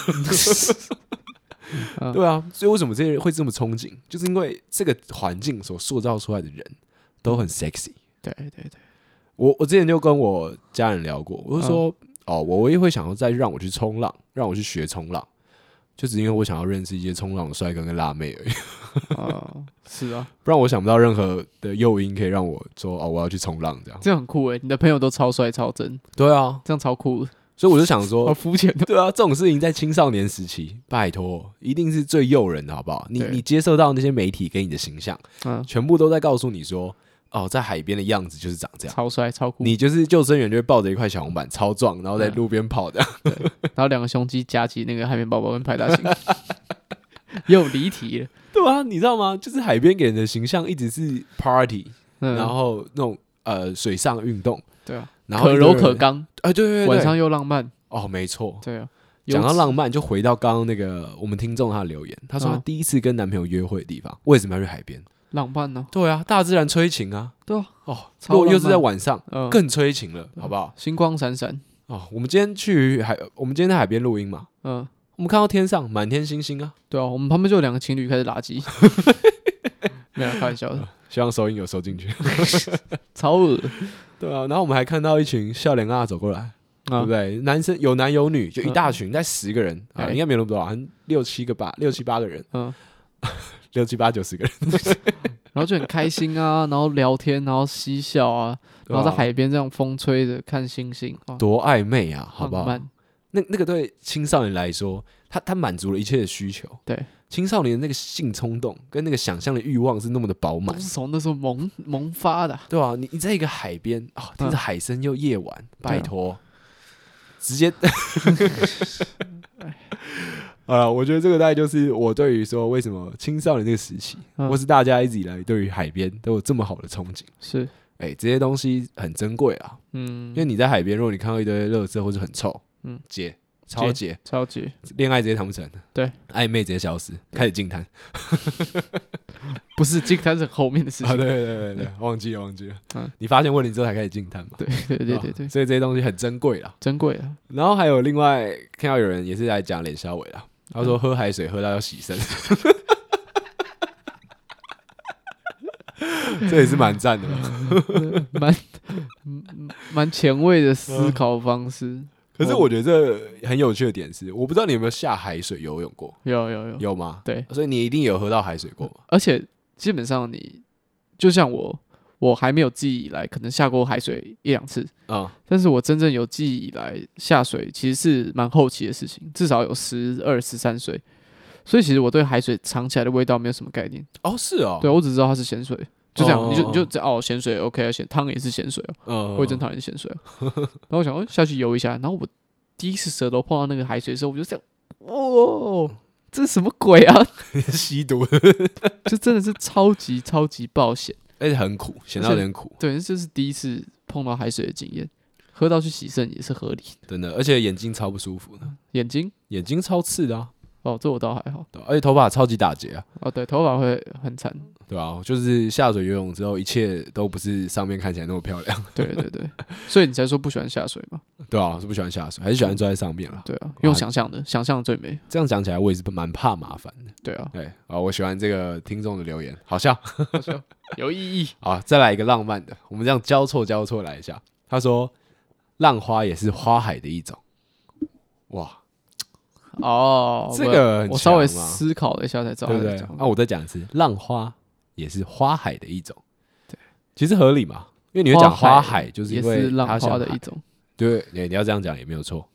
B: 嗯
A: 对啊，所以为什么这些人会这么憧憬？就是因为这个环境所塑造出来的人都很 sexy。
B: 对对对，
A: 我我之前就跟我家人聊过，我就说、哦，我唯一会想要再让我去冲浪，让我去学冲浪，就只因为我想要认识一些冲浪的帅哥跟辣妹而已。
B: 哦，是啊，
A: 不然我想不到任何的诱因可以让我说哦，我要去冲浪这样。
B: 欸这样很酷诶，你的朋友都超帅超真，
A: 对啊，
B: 这样超酷的。
A: 所以我就想
B: 好
A: 说，
B: 肤浅哦 的。
A: 对啊，这种事情在青少年时期，拜托，一定是最诱人的，好不好？你
B: 对
A: 你接受到那些媒体给你的形象，
B: 嗯，
A: 全部都在告诉你说，哦，在海边的样子就是长这样。
B: 超帅超酷。
A: 啊你就是救生员，就会抱着一块小红板，超壮，然后在
B: 嗯
A: 路边跑的。
B: 然后两个胸肌夹起那个海绵宝宝跟派大星，又离题了。
A: 对啊，你知道吗？就是海边给人的形象一直是 party，、
B: 嗯，
A: 然后那种呃水上运动，
B: 对啊，
A: 然后
B: 可
A: 一个
B: 柔
A: 人
B: 可刚，
A: 啊，对对对，
B: 晚上又浪漫，
A: 哦，没错。
B: 对啊。
A: 讲到
B: 有
A: 浪漫，就回到刚刚那个我们听众他的留言，他说他
B: 嗯
A: 第一次跟男朋友约会的地方，为什么要去海边？
B: 浪漫呢？
A: 对啊，大自然催情啊。
B: 对啊，
A: 哦，
B: 超
A: 如果又
B: 浪
A: 是
B: 漫
A: 在晚上，
B: 嗯，
A: 更催情了，好不好？
B: 星光闪闪，
A: 哦，我们今天去海，我们今天在海边录音嘛，
B: 嗯，
A: 我们看到天上满天星星啊，
B: 对啊，我们旁边就有两个情侣开始 垃圾，没有开玩笑的，
A: 希望收音有收进 去。
B: 超恶
A: 对啊，然后我们还看到一群笑脸啊走过来，对
B: 啊
A: 不！对？男生有男有女，就一大群，在十个人啊，
B: 哎
A: 应该没有那么多啊，很六七个吧，六七八个人，
B: 嗯，
A: 六七八九十个人，
B: 然后就很开心啊，然后聊天，然后嬉笑啊，
A: 对 吧
B: 然后在海边这样风吹着看星星，哇，
A: 多暧昧啊，好不
B: 浪
A: 好？
B: 漫，
A: 那那个对青少年来说，他他满足了一切的需求，
B: 对
A: 青少年那个性冲动跟那个想象的欲望是那么的饱
B: 都
A: 满
B: 是，从那时候萌萌发的啊，
A: 对啊，你你在一个海边啊，听着
B: 嗯
A: 海声又夜晚，
B: 对
A: 拜
B: 啊
A: 托，直接。 好了，我觉得这个大概就是我对于说为什么青少年这个时期，
B: 嗯
A: 或是大家一直以来对于海边都有这么好的憧憬。
B: 是，
A: 哎、这些东西很珍贵啊，
B: 嗯
A: 因，为你在海边，如果你看到一堆垃圾或者很臭，嗯
B: 嗯，
A: 接超接，
B: 超级
A: 恋爱直接谈不成，
B: 对，
A: 暧昧直接消失，开始净滩。
B: 不是金滩是后面的事
A: 啊，对
B: 情，
A: 对对对对，忘记了忘记了。
B: 嗯
A: 你发现问题之后才开始净滩嘛？
B: 对对对对对
A: 啊，所以这些东西很珍贵啦。
B: 珍贵啊，
A: 然后还有另外看到有人也是来讲脸消尾啦，他
B: 嗯
A: 说喝海水喝到要洗身， 这也是蛮赞的
B: 哦
A: 嘛。
B: 蛮 嗯蛮前卫的思考方式，
A: 可是我觉得这很有趣的点是，我不知道你有没有下海水游泳过，
B: 有有有，
A: 有吗？
B: 对，
A: 所以你一定有喝到海水过嘛？
B: 而且基本上你就像我，我还没有记忆以来，可能下过海水一两次，
A: 啊、
B: 但是我真正有记忆以来下水其实是蛮后期的事情，至少有十二、十三岁，所以其实我对海水尝起来的味道没有什么概念，
A: 哦，是哦，
B: 对我只知道它是咸水。就这样，你就
A: 哦
B: 你就这哦，咸水 OK，咸汤也是咸水哦，
A: 嗯，
B: 我也真讨厌咸水哦。然后我想，哦，下去游一下。然后我第一次舌头碰到那个海水的时候，我就这样，哇、哦这是什么鬼啊？
A: 吸毒，
B: 这真的是超级超级爆咸。
A: 而且很苦，咸到有点苦，
B: 对，这是第一次碰到海水的经验，喝到去洗肾也是合理的。
A: 真的，而且眼睛超不舒服的，
B: 眼睛
A: 眼睛超刺的、啊，
B: 哦，这我倒还好。
A: 对而且头发超级打结啊，
B: 哦，对，头发会很惨。
A: 对吧、就是下水游泳之后，一切都不是上面看起来那么漂亮，
B: 对对对，所以你才说不喜欢下水嘛？
A: 对啊，我是不喜欢下水，还是喜欢坐在上面啦。
B: 对啊，用想象的，想象的最美。
A: 这样讲起来，我也是蛮怕麻烦的。
B: 对啊，
A: 对啊，我喜欢这个听众的留言，好笑。
B: 有意义。
A: 好，再来一个浪漫的，我们这样交错交错来一下。他说，浪花也是花海的一种。哇，
B: 哦，我
A: 这个很
B: 我稍微
A: 强嘛
B: 思考了一下才知道
A: 对
B: 他
A: 不
B: 在
A: 对？
B: 讲。
A: 啊，我再讲一次，浪花也是花海的一种。对，其实合理嘛，因为你会讲花海，就是
B: 也
A: 因为
B: 是浪
A: 它像
B: 花的
A: 海
B: 一种。
A: 对，你你要这样讲也没有错。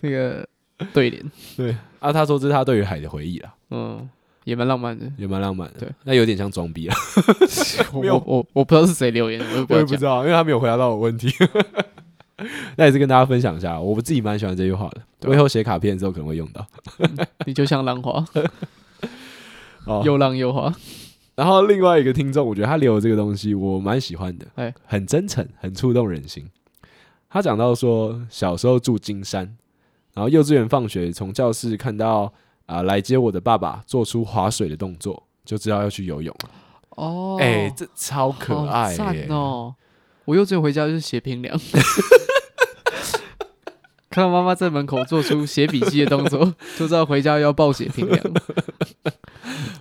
B: 那个 对联，
A: 对啊，他说这是他对于海的回忆啦，
B: 嗯，也蛮浪漫的。
A: 也蛮浪漫的。
B: 对，
A: 那有点像装逼啊， 没有
B: 我我我不知道是谁留言的，我也不
A: 我
B: 要
A: 也不
B: 讲
A: 知。道，因为他没有回答到我问题。 那也是跟大家分享一下，我自己蛮喜欢这句话的。
B: 对啊
A: 我以后写卡片的时候可能会用到。
B: 你就像 浪花，
A: 哦，
B: 又浪又花。
A: 然后另外一个听众，我觉得他留的这个东西我蛮喜欢的，
B: 哎
A: 很真诚，很触动人心。他讲到说，小时候住金山，然后幼稚园放学从教室看到啊、来接我的爸爸做出划水的动作，就知道要去游泳了。
B: 哦，
A: 哎、这超可爱、
B: 好
A: 耶
B: 赞哦！我幼稚园回家就是写平凉， 看到妈妈在门口做出写笔记的动作，就知道回家要报写平凉，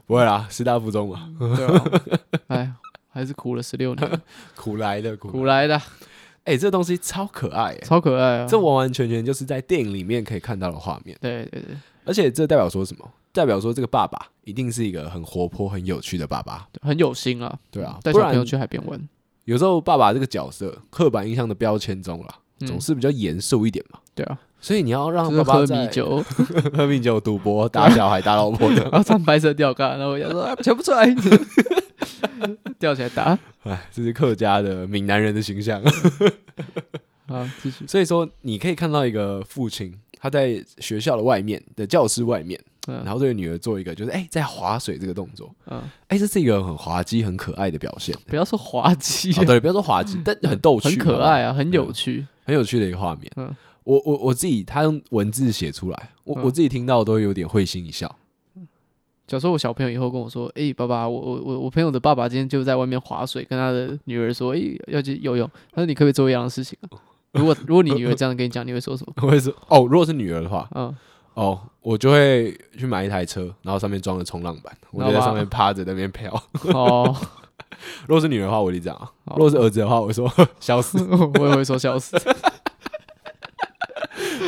A: 不会啦，师大附中嘛，
B: 对吧、哎，还是苦了十六年，
A: 苦来的苦。
B: 苦来的，
A: 哎、这东西超可爱、耶
B: 超可爱啊！
A: 这完完全全就是在电影里面可以看到的画面，
B: 对对对，
A: 而且这代表说什么？代表说这个爸爸一定是一个很活泼、很有趣的爸爸，
B: 很有心啊，
A: 对啊
B: 带
A: 不
B: 小
A: 然
B: 朋友去海边玩，
A: 有时候爸爸这个角色刻板印象的标签中啦，
B: 嗯
A: 总是比较严肃一点嘛，
B: 对啊，
A: 所以你要让嗯
B: 就
A: 爸
B: 是
A: 爸
B: 喝
A: 在
B: 米、酒，
A: 喝米酒、赌博、打小孩、打老婆的。
B: 然后穿白色吊嘎，然后我想说啊，瞧不出来， 吊起来打
A: 哎，这是客家的闽南人的形象。
B: 好，继续，
A: 所以说，你可以看到一个父亲，他在学校的外面的教室外面，
B: 嗯
A: 然后对女儿做一个就是哎、在划水这个动作，
B: 嗯，
A: 哎、这是一个很滑稽、很可爱的表 现。
B: 不要说滑稽
A: 啊，，对，不要说滑稽，但很逗趣，
B: 很可
A: 好
B: 爱啊，很
A: 对
B: 有趣，
A: 不好，很有趣的一个画面。
B: 嗯
A: 我我我自己，他用文字写出来，我、
B: 嗯
A: 我自己听到都有点会心一笑。
B: 假如说我小朋友以后跟我说：“诶，爸爸，我我我我朋友的爸爸今天就在外面划水，跟他的女儿说，诶，要去游泳。”他说：“你可不可以做一样的事情啊？”如果如果你女儿这样跟你讲，你会说什么？
A: 我会说，哦，如果是女儿的话，
B: 嗯，
A: 哦，我就会去买一台车，然后上面装了冲浪板，我就在
B: 然后把
A: 上面趴着在那边飘。
B: 哦，
A: 如果是女儿的话，我就这样啊；
B: 好
A: 如果是儿子的话，我说 笑死，
B: 我也会说笑死。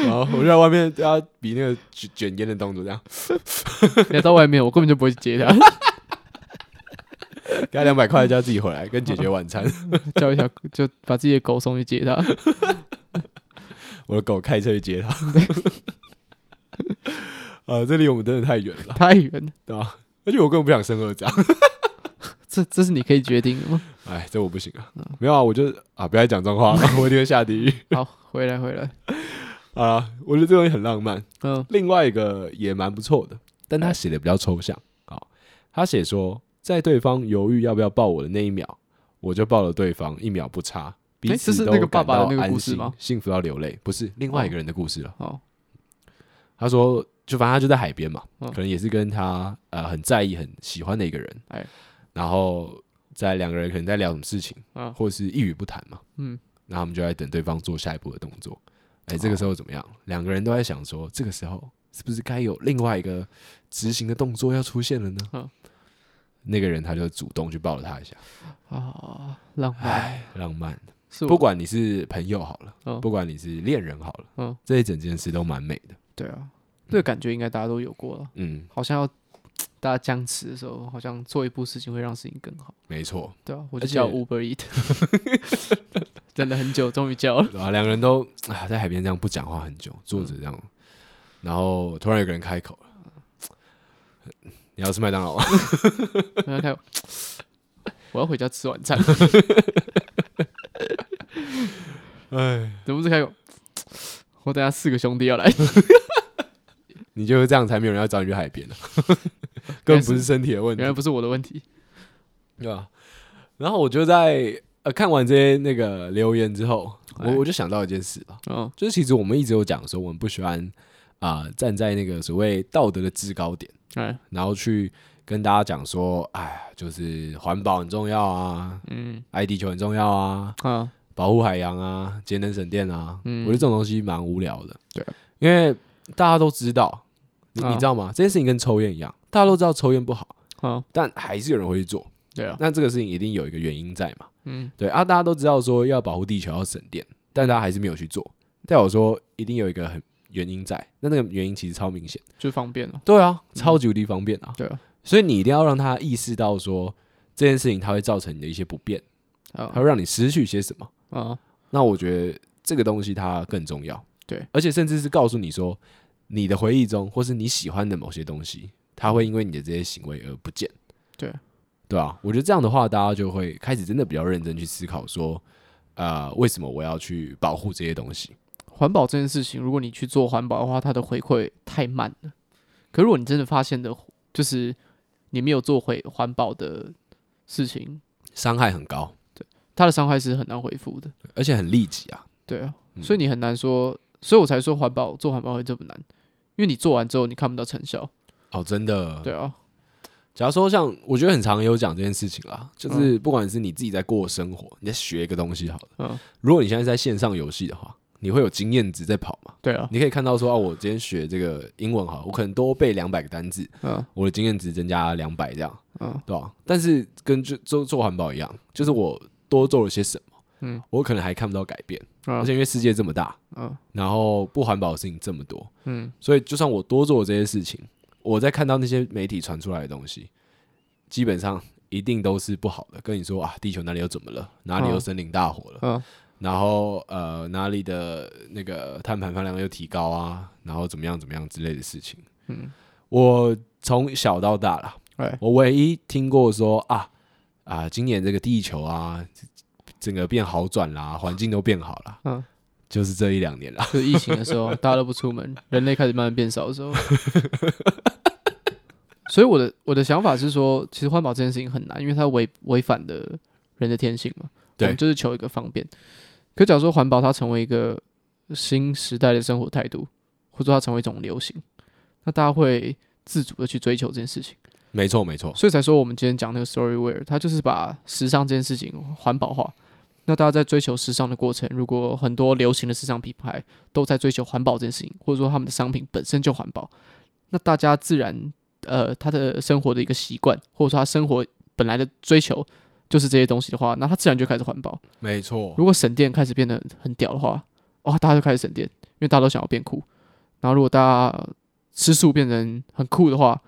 A: 然后我就在外面对他比那个卷卷烟的动作，这样
B: 你要到外面，我根本就不会去接他，
A: 给他两百块，叫他自己回来跟姐姐晚餐。
B: 叫一条就把自己的狗送去接他。
A: 我的狗开车去接他。啊，这离我们真的太远了，
B: 太远了，
A: 对吧、而且我根本不想生二长，
B: 这这是你可以决定的吗？
A: 哎，这我不行啊，没有啊，我就啊，不要再讲脏话了， 我一定会下地狱
B: 好，回来回来，
A: 啊！我觉得这东西很浪漫，
B: 嗯
A: 另外一个也蛮不错的，但
B: 哎
A: 他写的比较抽象。好，他写说，在对方犹豫要不要抱我的那一秒，我就抱了对方，一秒不差，彼
B: 诶这
A: 此
B: 是
A: 都
B: 那个爸
A: 感
B: 爸的
A: 到
B: 那个
A: 安
B: 故事
A: 心
B: 吗，
A: 幸福到流泪。不是另外一个人的故事了。
B: 哦
A: 他说，就反正他就在海边嘛，
B: 嗯
A: 可能也是跟他呃很在意、很喜欢的一个人，
B: 哎
A: 然后在两个人可能在聊什么事情，
B: 嗯
A: 或者是一语不谈嘛，
B: 嗯，
A: 然后我们就在等对方做下一步的动作。哎、这个时
B: 哦
A: 候怎么样？两个人都在想说，这个时候是不是该有另外一个执行的动作要出现了呢？
B: 嗯
A: 那个人他就主动去抱了他一下，
B: 啊，浪漫
A: 哎，浪漫。
B: 是
A: 不
B: 我
A: 管你是朋友好了，
B: 嗯
A: 不管你是恋人好了，
B: 嗯
A: 这一整件事都蛮美的。
B: 对啊，这个感觉应该大家都有过了。
A: 嗯，
B: 好像要大家僵持的时候，好像做一步事情会让事情更好，
A: 没错。
B: 对啊，我
A: 而
B: 就叫
A: 且
B: Uber Eat，等了很久，终于叫了。
A: 然后两个人都啊在海边这样不讲话很久，坐着这样，
B: 嗯
A: 然后突然有个人开口了：“你要吃麦当劳吗？”
B: 然后他有，我要回家吃晚餐。
A: 哎，
B: 忍不住开口，我等下四个兄弟要来，
A: 你就是这样才没有人要找你去海边了、 根本不是身体的问题
B: 原来，不是我的问题。
A: 对吧？然后我就在呃看完这些那个留言之后，我
B: 哎
A: 我就想到一件事啊，
B: 嗯
A: 就是其实我们一直有讲说，我们不喜欢啊、站在那个所谓道德的制高点，
B: 哎，
A: 然后去跟大家讲说，哎，就是环保很重要啊，
B: 嗯
A: 爱地球很重要啊，
B: 啊，
A: 保护海洋啊，节能省电啊，
B: 嗯
A: 我觉得这种东西蛮无聊的。
B: 对啊，
A: 因为大家都知道，你
B: 啊
A: 你知道吗？这件事情跟抽烟一样，大家都知道抽烟不好，
B: 好，
A: 但还是有人会去做。
B: 对啊，
A: 那这个事情一定有一个原因在嘛？
B: 嗯，
A: 对啊，大家都知道说要保护地球要省电，但大家还是没有去做。代表说一定有一个很原因在，那那个原因其实超明显。
B: 就方便了。
A: 对啊，超级无敌方便啊！
B: 对啊，
A: 所以你一定要让他意识到说这件事情它会造成你的一些不便，它
B: 啊
A: 会让你失去一些什么。
B: 啊，
A: 那我觉得这个东西它更重要。
B: 对，
A: 而且甚至是告诉你说，你的回忆中或是你喜欢的某些东西，它会因为你的这些行为而不见。
B: 对，
A: 对啊，我觉得这样的话，大家就会开始真的比较认真去思考说，呃，为什么我要去保护这些东西？
B: 环保这件事情，如果你去做环保的话，它的回馈太慢了。可如果你真的发现的，就是你没有做回环保的事情，
A: 伤害很高，
B: 它的伤害是很难恢复的。
A: 而且很利己啊。
B: 对啊，所以你很难说，所以我才说环保做环保会这么难，因为你做完之后你看不到成效。
A: 哦，真的。
B: 对，啊，
A: 假如说像我觉得很常有讲这件事情啦，
B: 嗯
A: 就是不管是你自己在过生活，你在学一个东西好了，
B: 嗯，
A: 如果你现在是在线上游戏的话，你会有经验值在跑嘛？
B: 对啊，
A: 你可以看到说啊，我今天学这个英文好，我可能多背两百个单字，
B: 嗯
A: 我的经验值增加两百这样，
B: 嗯
A: 对吧？但是跟就做做环保一样，就是我多做了些什么，
B: 嗯，
A: 我可能还看不到改变，而
B: 嗯
A: 且因为世界这么大，
B: 嗯
A: 然后不环保的事情这么多，
B: 嗯，
A: 所以就算我多做了这些事情，我在看到那些媒体传出来的东西，基本上一一定都是不好的，跟你说啊，地球哪里又怎么了，哪里又
B: 嗯
A: 森林大火了，
B: 嗯
A: 然后呃哪里的那个碳排放量又提高啊，然后怎么样怎么样之类的事情。
B: 嗯，
A: 我从小到大啦，
B: 哎，
A: 我唯一听过说啊啊，今年这个地球啊，整个变好转啦，环境都变好啦，
B: 嗯，
A: 就是这一两年啦。
B: 就是疫情的时候，大家都不出门，人类开始慢慢变少的时候。所以我的我的想法是说，其实环保这件事情很难，因为它违违反的人的天性嘛。
A: 对
B: 我们就是求一个方便。可假如说环保它成为一个新时代的生活态度，或者说它成为一种流行，那大家会自主的去追求这件事情。
A: 没错，没错，
B: 所以才说我们今天讲那个 Storyware，它就是把时尚这件事情环保化。那大家在追求时尚的过程，如果很多流行的时尚品牌都在追求环保这件事情，或者说他们的商品本身就环保，那大家自然呃他的生活的一个习惯，或者说他生活本来的追求就是这些东西的话，那他自然就开始环保。
A: 没错
B: 如。果省电开始变得很屌的话，哇，大家就开始省电，因为大家都想要变酷。然后如果大家吃素变成很酷的话，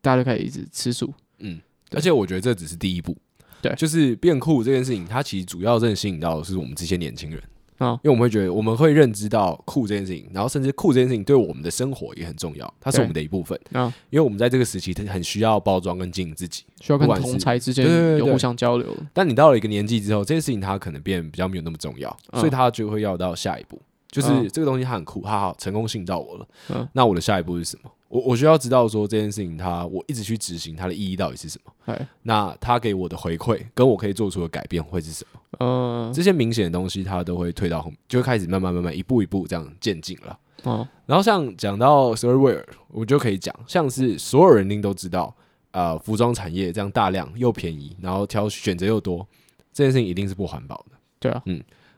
B: 大家就开始一直吃素。对
A: 而且我觉得这只是第一步。
B: 对
A: 就是变酷这件事情，它其实主要真的吸引到的是我们这些年轻人
B: 啊
A: 因为我们会觉得我们会认知到酷这件事情，然后甚至酷这件事情对我们的生活也很重要，它是
B: 对
A: 我们的一部分。
B: 啊，
A: 因为我们在这个时期，它很需要包装跟经营自己。
B: 需要跟
A: 不管是
B: 同才之
A: 对对
B: 间
A: 对
B: 有
A: 对
B: 互相交流。
A: 但你到了一个年纪之后，这件事情它可能变比较没有那么重要，
B: 嗯
A: 所以它就会要到下一步，就是
B: 嗯
A: 这个东西它很酷，哈哈，成功吸引到我了。
B: 嗯
A: 那我的下一步是什么？我我需要知道说这件事情它我一直去执行它的意义到底是什么，
B: 哎，
A: 那它给我的回馈跟我可以做出的改变会是什么？
B: 嗯，
A: 这些明显的东西它都会退到后面，就会开始慢慢慢慢一步一步这样渐进了。
B: 哦，
A: 然后像讲到 s i r w a r 我就可以讲，像是所有人一定都知道，呃，服装产业这样大量又便宜，然后挑选择又多，这件事情一定是不环保的。
B: 对啊，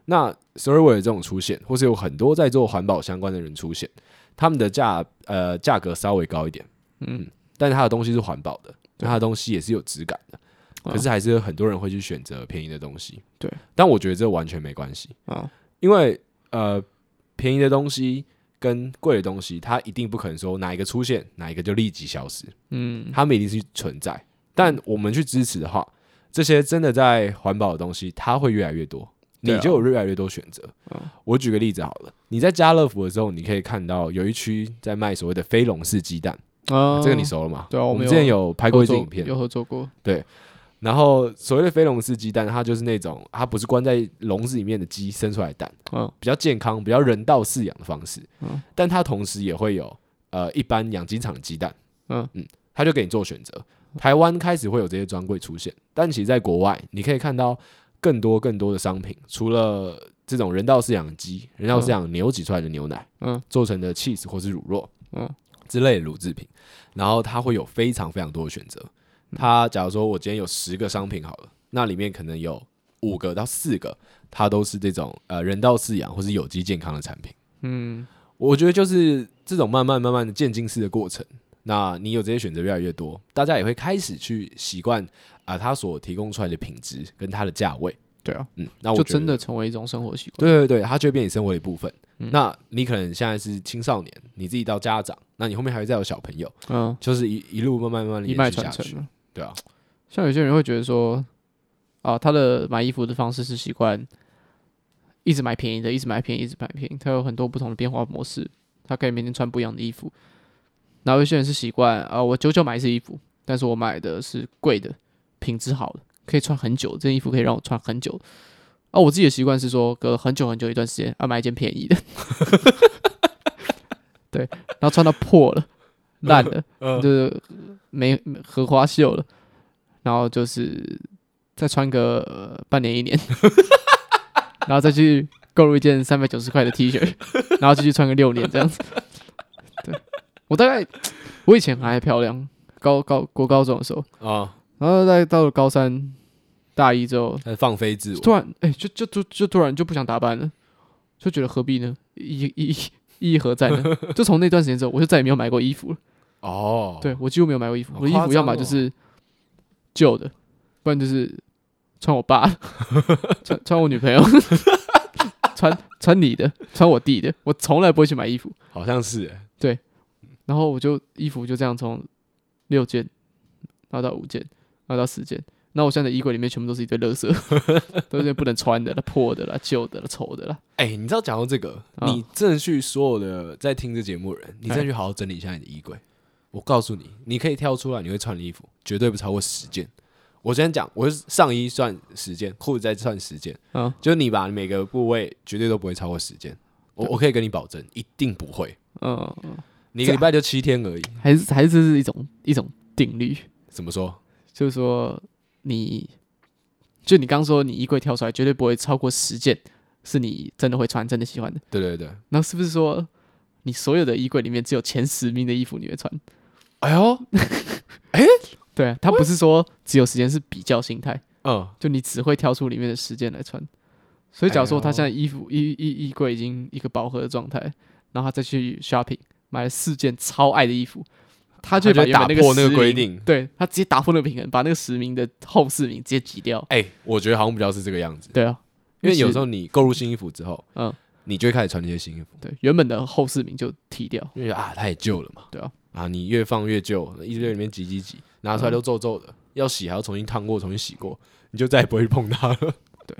A: 那 s i r w a r 这种出现，或是有很多在做环保相关的人出现，他们的价呃价格稍微高一点，
B: 嗯，
A: 但是它的东西是环保的，
B: 对
A: 它的东西也是有质感的，
B: 啊
A: 可是还是有很多人会去选择便宜的东西。
B: 对，
A: 但我觉得这完全没关系，
B: 啊，
A: 因为呃，便宜的东西跟贵的东西，它一定不可能说哪一个出现，哪一个就立即消失，
B: 嗯，
A: 它们一定是存在。但我们去支持的话，这些真的在环保的东西，它会越来越多，
B: 对啊
A: 你就有越来越多选择。
B: 嗯
A: 我举个例子好了，你在家乐福的时候，你可以看到有一区在卖所谓的飞龙式鸡蛋，
B: 啊
A: 这个你熟了吗？
B: 对啊我
A: 我
B: 们
A: 们
B: 有
A: 之前有拍
B: 合
A: 过一支
B: 作
A: 影片，
B: 有合作过，
A: 然后所谓的飞龙式鸡蛋，它就是那种它不是关在笼子里面的鸡生出来的蛋，
B: 嗯
A: 比较健康、比较人道饲养的方式。
B: 嗯
A: 但它同时也会有呃一般养鸡场的鸡蛋，
B: 嗯
A: 它就给你做选择。台湾开始会有这些专柜出现，但其实在国外你可以看到更多更多的商品，除了这种人道饲养的鸡、人道饲养牛挤出来的牛奶，
B: 嗯，
A: 做成的 cheese 或是乳酪，
B: 嗯
A: 之类的乳制品，然后它会有非常非常多的选择。
B: 嗯
A: 它假如说我今天有十个商品好了，那里面可能有五个到四个，它都是这种呃人道饲养或是有机健康的产品。
B: 嗯，
A: 我觉得就是这种慢慢慢慢的渐进式的过程。那你有这些选择越来越多，大家也会开始去习惯啊，它所提供出来的品质跟它的价位。
B: 对啊，
A: 嗯，那我
B: 就
A: 觉得
B: 真的成嗯为一种生活习惯。
A: 对对对，它就会变成你生活的一部分。那你可能现在是青少年，你自己到家长，那你后面还会再有小朋友，
B: 嗯，
A: 就是一一路慢慢慢慢地
B: 一
A: 延
B: 脉
A: 续下
B: 传
A: 去，
B: 承啊。
A: 对啊，
B: 像有些人会觉得说，啊，他的买衣服的方式是习惯一直买便宜的，一直买便宜，一直买便宜，他有很多不同的变化模式，他可以每天穿不一样的衣服。然后有些人是习惯啊，我久久买一次衣服，但是我买的是贵的，品质好的，可以穿很久，这件衣服可以让我穿很久。啊，我自己的习惯是说，隔很久很久一段时间，啊，买一件便宜的， 对，然后穿到破了、烂了，就是没没荷花袖了，然后就是再穿个、呃半年一年， 然后再去购入一件三百九十块的 T 恤，然后继续穿个六年这样子。对我大概我以前还漂亮，高高国高中的时候，
A: 啊，
B: 然后再到了高三大一之后，
A: 它是放飞自我，
B: 突然哎、就就就就突然就不想打扮了，就觉得何必呢？意意意意义何在呢？就从那段时间之后，我就再也没有买过衣服了。
A: 哦，
B: 对我几乎没有买过衣服，
A: 好
B: 我的衣
A: 夸
B: 服要
A: 张
B: 么
A: 哦
B: 就是旧的，不然就是穿 我爸的穿穿我女朋友， 穿穿你的，穿我弟的，我从来不会去买衣服。
A: 好像是欸，
B: 然后我就衣服就这样从六件，然后到五件，要到时间。那我现在的衣柜里面全部都是一堆垃圾， 都是不能穿的了、破的了、旧的了、丑的了。
A: 哎、你知道讲到这个，
B: 啊
A: 你真的去所有的在听这节目的人，你真的去好好整理一下你的衣柜。我告诉你，你可以挑出来你会穿的衣服，绝对不超过十件。我先讲，我是上衣算十件，裤子再算十件，
B: 嗯，
A: 就是你把每个部位绝对都不会超过十件。我我可以跟你保证，一定不会。
B: 嗯，嗯
A: 你一个礼拜就七天而已。
B: 还是还是这是一种一种定律，
A: 怎么说？
B: 就是说你，就你刚说你衣柜挑出来绝对不会超过十件，是你真的会穿、真的喜欢的。
A: 对对对。
B: 那是不是说你所有的衣柜里面只有前十名的衣服你会穿？
A: 哎呦，
B: 对啊，他不是说只有十件，是比较心态，
A: 嗯，
B: 就你只会挑出里面的十件来穿。所以假如说他
A: 哎呦
B: 现在衣服衣衣衣柜已经一个饱和的状态，然后他再去 shopping 买了四件超爱的衣服，他就
A: 他
B: 会
A: 就会打
B: 把原本那
A: 破那
B: 十
A: 个规
B: 名
A: 定。
B: 对他直接打破那个平衡，把那个十名的后四名直接挤掉。
A: 哎、我觉得好像比较是这个样子，
B: 对啊，
A: 因为有时
B: 候
A: 候你购入新衣服之后，
B: 嗯
A: 嗯，你就会开始穿这些新衣服，
B: 对原本的后四名就踢掉。
A: 因为啊太旧了嘛，
B: 对啊，嗯
A: 啊你越放越旧，衣柜里面挤挤挤，拿出来都皱皱的，要洗还要重新烫过，重新洗过，你就再也不会去碰它了。
B: 对，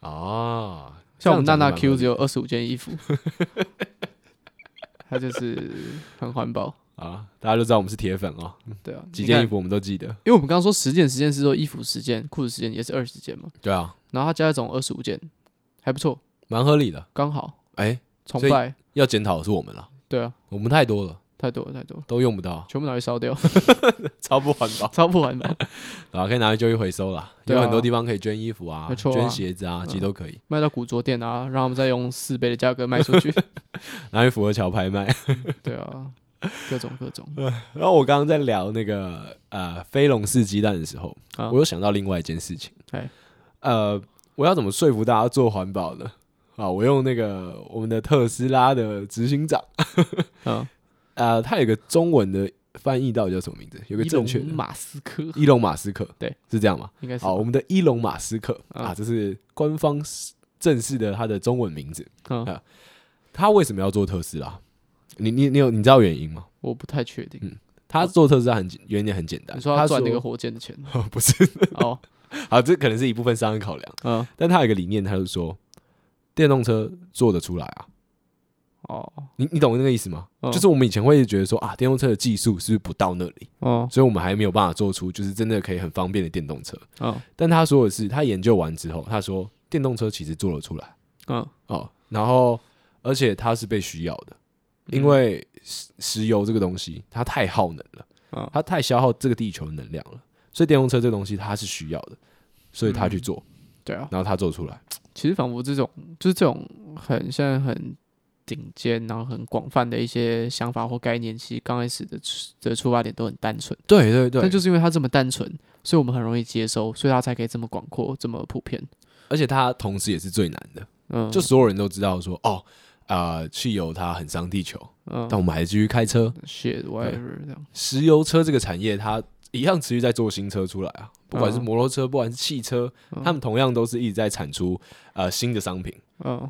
A: 啊，
B: 像我们
A: 这
B: 娜
A: 样讲就蛮
B: 娜
A: 合
B: Q
A: 理
B: 只有二十五件衣服，他就是很环保。
A: 啊，大家都知道我们是铁粉哦，
B: 对啊，
A: 几
B: 你
A: 件
B: 看
A: 衣服我们都记得。
B: 因为我们刚刚说十件，十件是说衣服十件，裤子十件，也是二十件嘛。
A: 对啊，
B: 然后他加了总二十五件，还不错，
A: 蛮合理的。
B: 刚好
A: 哎、
B: 崇
A: 所以
B: 拜。
A: 要检讨的是我们了，
B: 对啊，
A: 我们太多了，
B: 太多了太多了，
A: 都用不到，
B: 全部拿去烧掉，
A: 超不环保。
B: 超不环保。
A: 啊，可以拿去就医回收啦，
B: 对啊
A: 有很多地方可以捐衣服啊，
B: 没错啊
A: 捐鞋子啊，其实都可以、
B: 卖到古着店啊，让他们再用四倍的价格卖出去。
A: 拿去符合桥拍卖。
B: 对啊，各种各种。
A: 然后我刚刚在聊那个呃飞龙式鸡蛋的时候，
B: 啊
A: 我又想到另外一件事情
B: 哎，
A: 呃，我要怎么说服大家做环保呢？啊，我用那个我们的特斯拉的执行长，
B: 嗯，
A: 呃，他有个中文的翻译到底叫什么名字？有个正确
B: 伊
A: 的
B: 隆马斯克
A: 伊隆马斯克，
B: 对，
A: 是这样吗？
B: 应该是
A: 好，我们的伊隆马斯克
B: 啊
A: 啊，这是官方正式的他的中文名字。
B: 嗯，
A: 他为什么要做特斯拉？你你你有你知道原因吗？
B: 我不太确定。
A: 嗯他做特斯拉很简原因很简单，
B: 你说
A: 嗯他
B: 他赚那个火箭的钱
A: 说 不是
B: 哦，
A: 好，这可能是一部分商业考量，
B: 嗯，
A: 但他有一个理念，他就说电动车做得出来啊，
B: 哦，
A: 你你懂那个意思吗？
B: 嗯
A: 就是我们以前会觉得说啊，电动车的技术是不是不到那里，
B: 哦，
A: 所以我们还没有办法做出就是真的可以很方便的电动车。
B: 嗯，
A: 但他说的是，他研究完之后，他说电动车其实做得出来。
B: 嗯，
A: 哦，然后而且它是被需要的，因
B: 嗯
A: 为石石油这个东西它太耗能了，
B: 嗯
A: 它太消耗这个地球的能量了，所以电动车这个东西它是需要的，所以他去
B: 嗯
A: 做，
B: 对啊，
A: 然后他做出来，
B: 其实仿佛这种就是这种很现在很顶尖，然后很广泛的一些想法或概念，其实刚开始的出的出发点都很单纯，
A: 对对对，
B: 但就是因为它这么单纯，所以我们很容易接收，所以它才可以这么广阔、这么普遍。
A: 而且它同时也是最难的，
B: 嗯，
A: 就所有人都知道说哦。啊、汽油它很伤地球，
B: 嗯
A: 但我们还是继续开车。
B: ，shit whatever 这样，
A: 石油车这个产业，它一样持续在做新车出来啊，不管是
B: 嗯
A: 摩托车，不管是汽车，
B: 嗯
A: 他们同样都是一直在产出呃新的商品。
B: 嗯，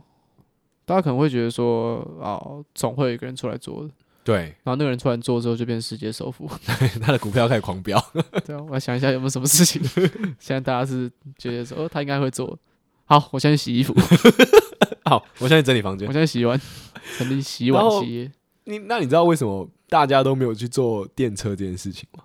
B: 大家可能会觉得说，哦，总会有一个人出来做的。
A: 对，
B: 然后那个人突然做之后就变世界首富，
A: 他的股票开始 狂飙。
B: 对啊，我来想一下有没有什么事情， 现在大家是觉得说，哦，他应该会做。好，我先去洗衣服，我
A: 好，我现在整理房间
B: 先去洗碗，成立洗碗
A: 然后
B: 企业。
A: 你那你知道为什么大家都没有去坐电车这件事情吗？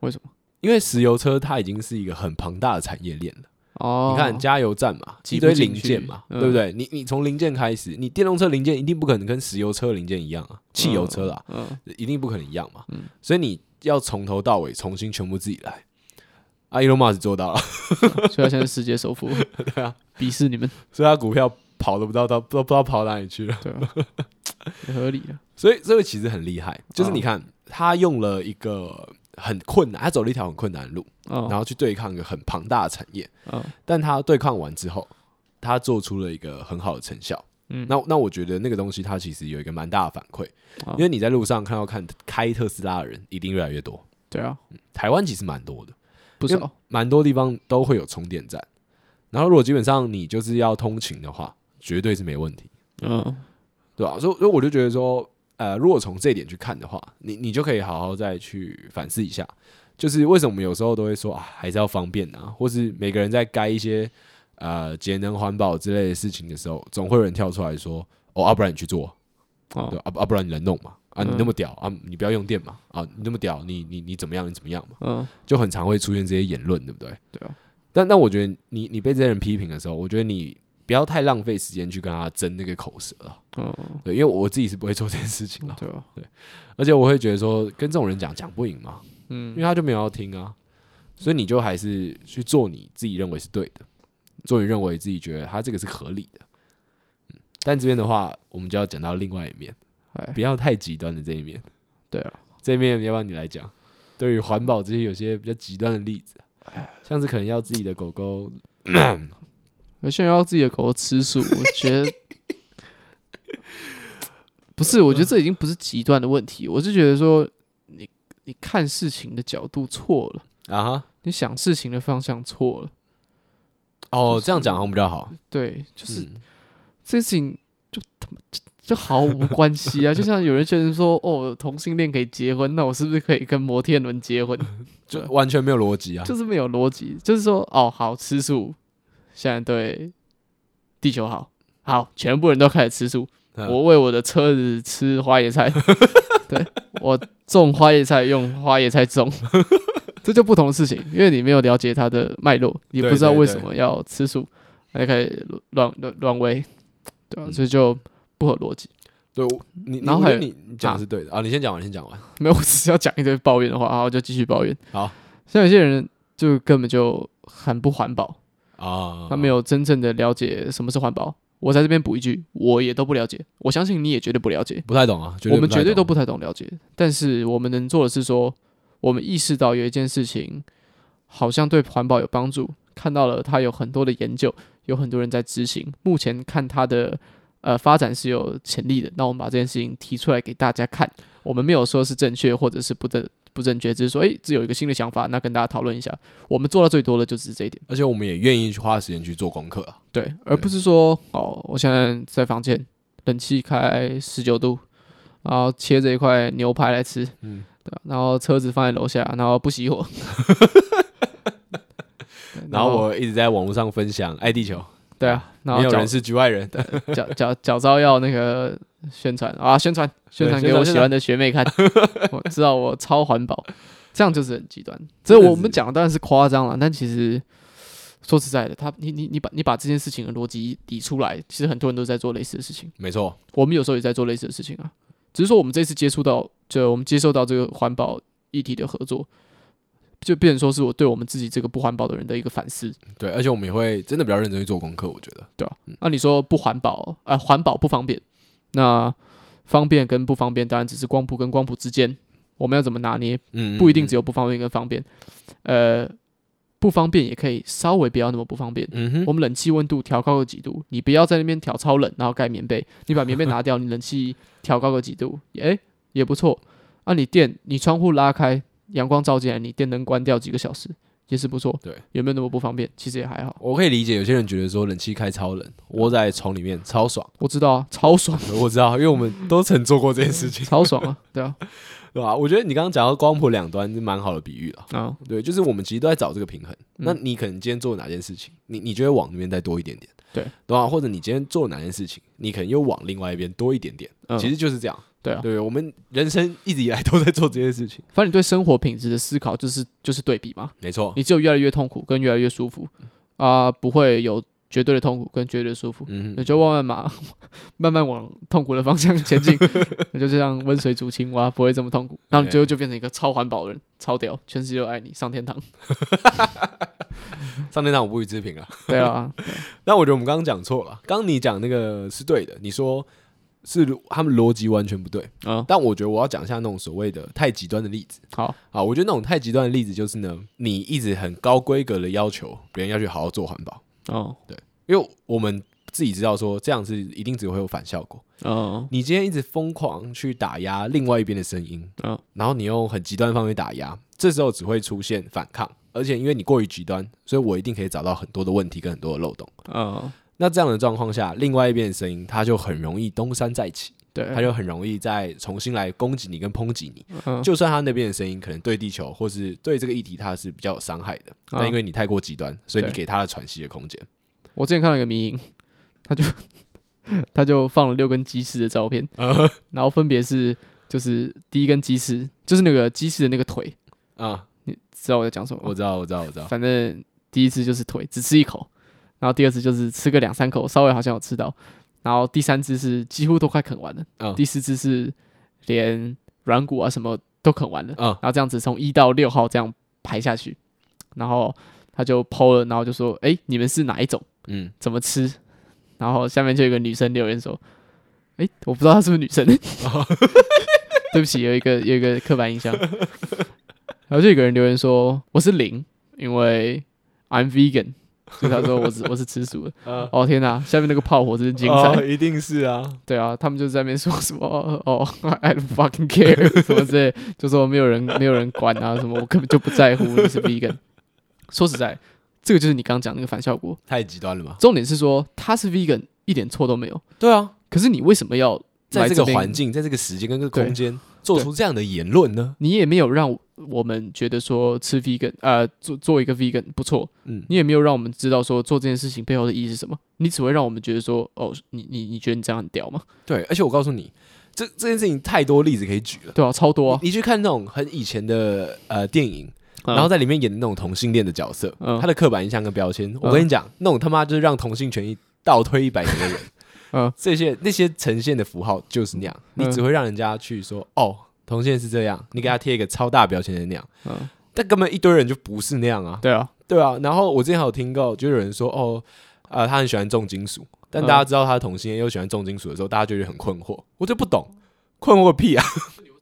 B: 为什么？
A: 因为石油车它已经是一个很庞大的产业链了。
B: 哦，
A: 你看加油站嘛，
B: 挤
A: 一
B: 不
A: 堆
B: 进
A: 零件
B: 去
A: 嘛，
B: 嗯
A: 对不对？你你从零件开始，你电动车零件一定不可能跟石油车零件一样啊，汽油车啊，
B: 嗯，
A: 一定不可能一样嘛。所以你要从头到尾重新全部自己来。啊，Elon Musk 做到了，
B: 嗯，所以他现在是世界首富。对
A: 啊，
B: 鄙视你们，
A: 所以他股票跑都不到到都不知道跑哪里去了。
B: 对啊，也合理啊。
A: 所以这个其实很厉害，就是
B: 嗯
A: 你看、他用了一个很困难，他走了一条很困难的路，然
B: 哦，
A: 后去对抗一个很庞大的产业，
B: 嗯
A: 但他对抗完之后，他做出了一个很好的成效。
B: 嗯
A: 那那我觉得那个东西它其实有一个蛮大的反馈，
B: 哦
A: 因为你在路上看到看开特斯拉的人一定越来越多，
B: 对啊，
A: 台湾其实蛮多的，
B: 不
A: 因为
B: 少。
A: 蛮多地方都会有充电站，然后如果基本上你就是要通勤的话，绝对是没问题。
B: 嗯，
A: 对吧、所以，所以我就觉得说，呃，如果从这一点去看的话，你你就可以好好再去反思一下，就是为什么我们有时候都会说啊，还是要方便啊，或是每个人在该一些呃节能环保之类的事情的时候，总会有人跳出来说，哦，啊，不然你去做，
B: 哦
A: 对，，啊不啊，不然你来弄嘛，啊，你
B: 嗯
A: 那么屌啊，你不要用电嘛，啊，你那么屌，你你你怎么样，你怎么样嘛，
B: 嗯，
A: 就很常会出现这些言论，对不对？
B: 对啊。
A: 但但我觉得你你被这些人批评的时候，我觉得你不要太浪费时间去跟他争那个口舌啊了，
B: 嗯，
A: 对，因为我自己是不会做这件事情的，
B: 对啊吧？
A: 而且我会觉得说跟这种人讲讲不赢嘛，因为
B: 嗯，
A: 他就没有要听啊，所以你就还是去做你自己认为是对的，做你认为自己觉得他这个是合理的。嗯，但这边的话，我们就要讲到另外一面，
B: 哎，
A: 不要太极端的这一面。
B: 对啊，
A: 这一面要不然你来讲，对于环保这些有些比较极端的例子，
B: 哎
A: 像是可能要自己的狗狗，
B: 有些人要自己的狗狗吃素，我觉得不是，我觉得这已经不是极端的问题，我是觉得说你你看事情的角度错了，
A: 啊哈，
B: 你想事情的方向错了，
A: 哦，这样讲好像比较好，
B: 对，就是
A: 嗯
B: 这件事情就他妈就就毫无关系啊！就像有人觉得说，哦，同性恋可以结婚，那我是不是可以跟摩天轮结婚？
A: 就完全没有逻辑啊，
B: 就是没有逻辑，就是说，哦，好吃素，现在对地球好，好，全部人都开始吃素，
A: 嗯
B: 我为我的车子吃花 椰菜，对我种花椰菜用花椰 菜种，这就不同的事情，因为你没有了解它的脉络，你不
A: 对
B: 知道
A: 对
B: 为
A: 对
B: 什么要吃素，还可以乱乱乱喂，对吧、
A: 嗯
B: 所以就不合逻辑。
A: 对，我你你
B: 嗯然后
A: 我觉
B: 还
A: 得
B: 有
A: 你你讲的是对的啊，你先讲完，先讲完，
B: 没有，我只是要讲一堆抱怨的话，然后就继续抱怨。
A: 好
B: 像有些人就根本就很不环保，
A: 啊，
B: 他没有真正的了解什么是环保。我在这边补一句，我也都不了解，我相信你也绝对不了解。
A: 不太懂啊，
B: 我们
A: 不太
B: 绝对都
A: 懂
B: 不太懂了解，但是我们能做的是说，我们意识到有一件事情好像对环保有帮助，看到了它有很多的研究，有很多人在执行，目前看它的呃发展是有潜力的。那我们把这件事情提出来给大家看，我们没有说是正确或者是不正不正确，只是说诶，这有一个新的想法，那跟大家讨论一下。我们做到最多的就只是这一点。
A: 而且我们也愿意去花时间去做功课啊，
B: 对，而不是说哦，我现在在房间，冷气开十九度，然后切着一块牛排来吃，
A: 嗯
B: 对吧，然后车子放在楼下，然后不熄火， 对
A: 然后我一直在网络上分享哎爱地球，
B: 对啊，
A: 没
B: 然后
A: 有
B: 脚
A: 人是局外人，
B: 脚脚脚招要那个宣传啊，宣传宣
A: 对
B: 传
A: 宣
B: 给
A: 传
B: 我
A: 宣
B: 喜欢的学 妹看，我知道我超环保，这样就是很极端。这
A: 真的
B: 我
A: 是
B: 们讲的当然是夸张了，但其实说实在的，他你你你把你把这件事情的逻辑理出来，其实很多人都在做类似的事情。
A: 没错，
B: 我们有时候也在做类似的事情啊，只是说我们这次接触到，就我们接受到这个环保议题的合作，就变成说是我对我们自己这个不环保的人的一个反思。
A: 对，而且我们也会真的比较认真去做功课，我觉得，
B: 那你说不环保，呃，环保不方便，那方便跟不方便，当然只是光谱跟光谱之间，我们要怎么拿捏？
A: 嗯，
B: 不一定只
A: 有，
B: 有不方便跟方便，呃，不方便也可以稍微不要那么不方便。
A: 嗯哼，
B: 我们冷气温度调高个几度，你不要在那边调超冷，然后盖棉被，你把棉被拿掉，你冷气调高个几度，诶，也不错。啊，你电，你窗户拉开，阳光照进来，你电灯关掉几个小时也是不错。
A: 对，
B: 有没有那么不方便？其实也还好。
A: 我可以理解有些人觉得说冷气开超冷，窝在床里面超爽，
B: 我知道啊，超爽，
A: 我知道，因为我们都曾做过这件事 情，
B: 超爽啊，对啊，
A: 对吧？我觉得你刚刚讲到光谱两端是蛮好的比喻了，
B: 啊，
A: 对，就是我们其实都在找这个平衡。
B: 嗯
A: 那你可能今天做了哪件事情，你你就会往那边再多一点点，
B: 对，
A: 对吧？或者你今天做了哪件事情，你可能又往另外一边多一点点，
B: 嗯
A: 其实就是这样。
B: 对啊，
A: 对，我们人生一直以来都在做这件事情，
B: 反正你对生活品质的思考就是就是对比嘛，
A: 没错。
B: 你只有越来越痛苦跟越来越舒服啊、不会有绝对的痛苦跟绝对的舒服。
A: 嗯
B: 那
A: 哼，
B: 就慢慢嘛， 慢慢往痛苦的方向前 进，那就这样温水煮青蛙，不会这么痛苦。然后你最后就变成一个超环保的人，超屌，全世界都爱你，上天堂。
A: 上天堂我不予置评啊。
B: 对 啊，
A: 但我觉得我们刚刚讲错了，刚刚你讲那个是对的，你说是他们逻辑完全不对。
B: 嗯，
A: 但我觉得我要讲一下那种所谓的太极端的例子
B: 好，
A: 啊，我觉得那种太极端的例子就是呢，你一直很高规格的要求别人要去好好做环保，
B: 哦，
A: 因为我们自己知道说这样是一定只会有反效果。
B: 哦，
A: 你今天一直疯狂去打压另外一边的声音，
B: 嗯
A: 然后你用很极端的方面打压，这时候只会出现反抗，而且因为你过于极端，所以我一定可以找到很多的问题跟很多的漏洞。
B: 哦，
A: 那这样的状况下，另外一边的声音它就很容易东山再起，
B: 对，
A: 它就很容易再重新来攻击你跟抨击你。
B: 嗯
A: 就算他那边的声音可能对地球或是对这个议题它是比较有伤害的，但因为你太过极端，所以你
B: 嗯对
A: 给他的喘息的空间。
B: 我之前看到一个迷影， 他就他就放了六根鸡翅的照片，
A: 啊
B: 然后分别是就是第一根鸡翅，就是那个鸡翅的那个腿，
A: 啊，
B: 知道我在讲什么吗？
A: 我知道，我知道，我知道。
B: 反正第一次就是腿，只吃一口，然后第二次就是吃个两三口，稍微好像有吃到，然后第三次是几乎都快啃完了，
A: 嗯
B: 第四次是连软骨啊什么都啃完了，
A: 啊
B: 然后这样子从一到六号这样排下去，然后他就剖了，然后就说：“哎、你们是哪一种？
A: 嗯，
B: 怎么吃？”然后下面就有一个女生留言说：“哎、我不知道她是不是女生， 对不起，有一个有一个刻板印象。”然后就有个人留言说：“我是零，因为 I'm vegan。”所以他说我是我是吃素的。
A: 呃，
B: 哦天哪，下面那个炮火真是精彩。
A: 哦一定是啊，
B: 对啊，他们就在那边说什么哦，I don't fucking care 什么之类，就说没有人没有人管啊什么，我根本就不在乎你是 vegan。说实在，这个就是你刚刚讲那个反效果。
A: 太极端了嘛。
B: 重点是说他是 vegan 一点错都没有，
A: 对啊，
B: 可是你为什么要
A: 在
B: 来
A: 这个
B: 边
A: 环，境，在这个时间跟这个
B: 对
A: 空间做出这样的言论呢？
B: 你也没有让我们觉得说吃 vegan 呃做做一个 vegan 不错，
A: 嗯，
B: 你也没有让我们知道说做这件事情背后的意义是什么，你只会让我们觉得说哦，你你你觉得你这样很屌吗？
A: 对。而且我告诉你，这这件事情太多例子可以举了。
B: 对啊，超多啊，
A: 你你去看那种很以前的呃电影，
B: 嗯
A: 然后在里面演的那种同性恋的角色，
B: 嗯
A: 他的刻板印象跟标签，我跟你讲，那种他妈就是让同性权益倒推一百年 的人，
B: 嗯
A: 这些那些呈现的符号就是那样，
B: 嗯
A: 你只会让人家去说哦，同性恋是这样，你给他贴一个超大标签的那样，
B: 嗯，
A: 但根本一堆人就不是那样啊，
B: 对啊，
A: 对啊。然后我之前还有听过，就有人说哦，呃，他很喜欢重金属，但
B: 嗯
A: 大家知道他是同性恋又喜欢重金属的时候，大家就觉得很困惑，我就不懂，困惑个屁啊！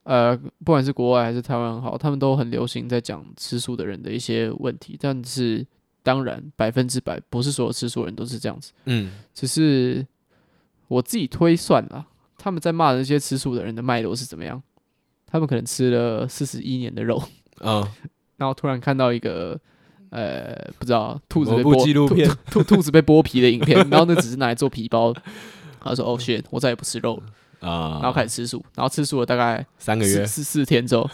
B: 呃，不管是国外还是台湾好，他们都很流行在讲吃素的人的一些问题，但是当然百分之百不是所有吃素人都是这样子，
A: 嗯，
B: 只是我自己推算啦，他们在骂的那些吃素的人的脉络是怎么样？他们可能吃了四十一年的肉，
A: 啊、
B: 然后突然看到一个呃，不知道兔子
A: 某
B: 被
A: 部
B: 剥
A: 纪录
B: 兔
A: 片
B: 兔兔子被剥皮的影片，然后那只是拿来做皮包。他说：“哦，shit，我再也不吃肉了。”
A: 啊，
B: 然后开始吃素，然后吃素了大概
A: 三个月
B: 四，四四天 之后，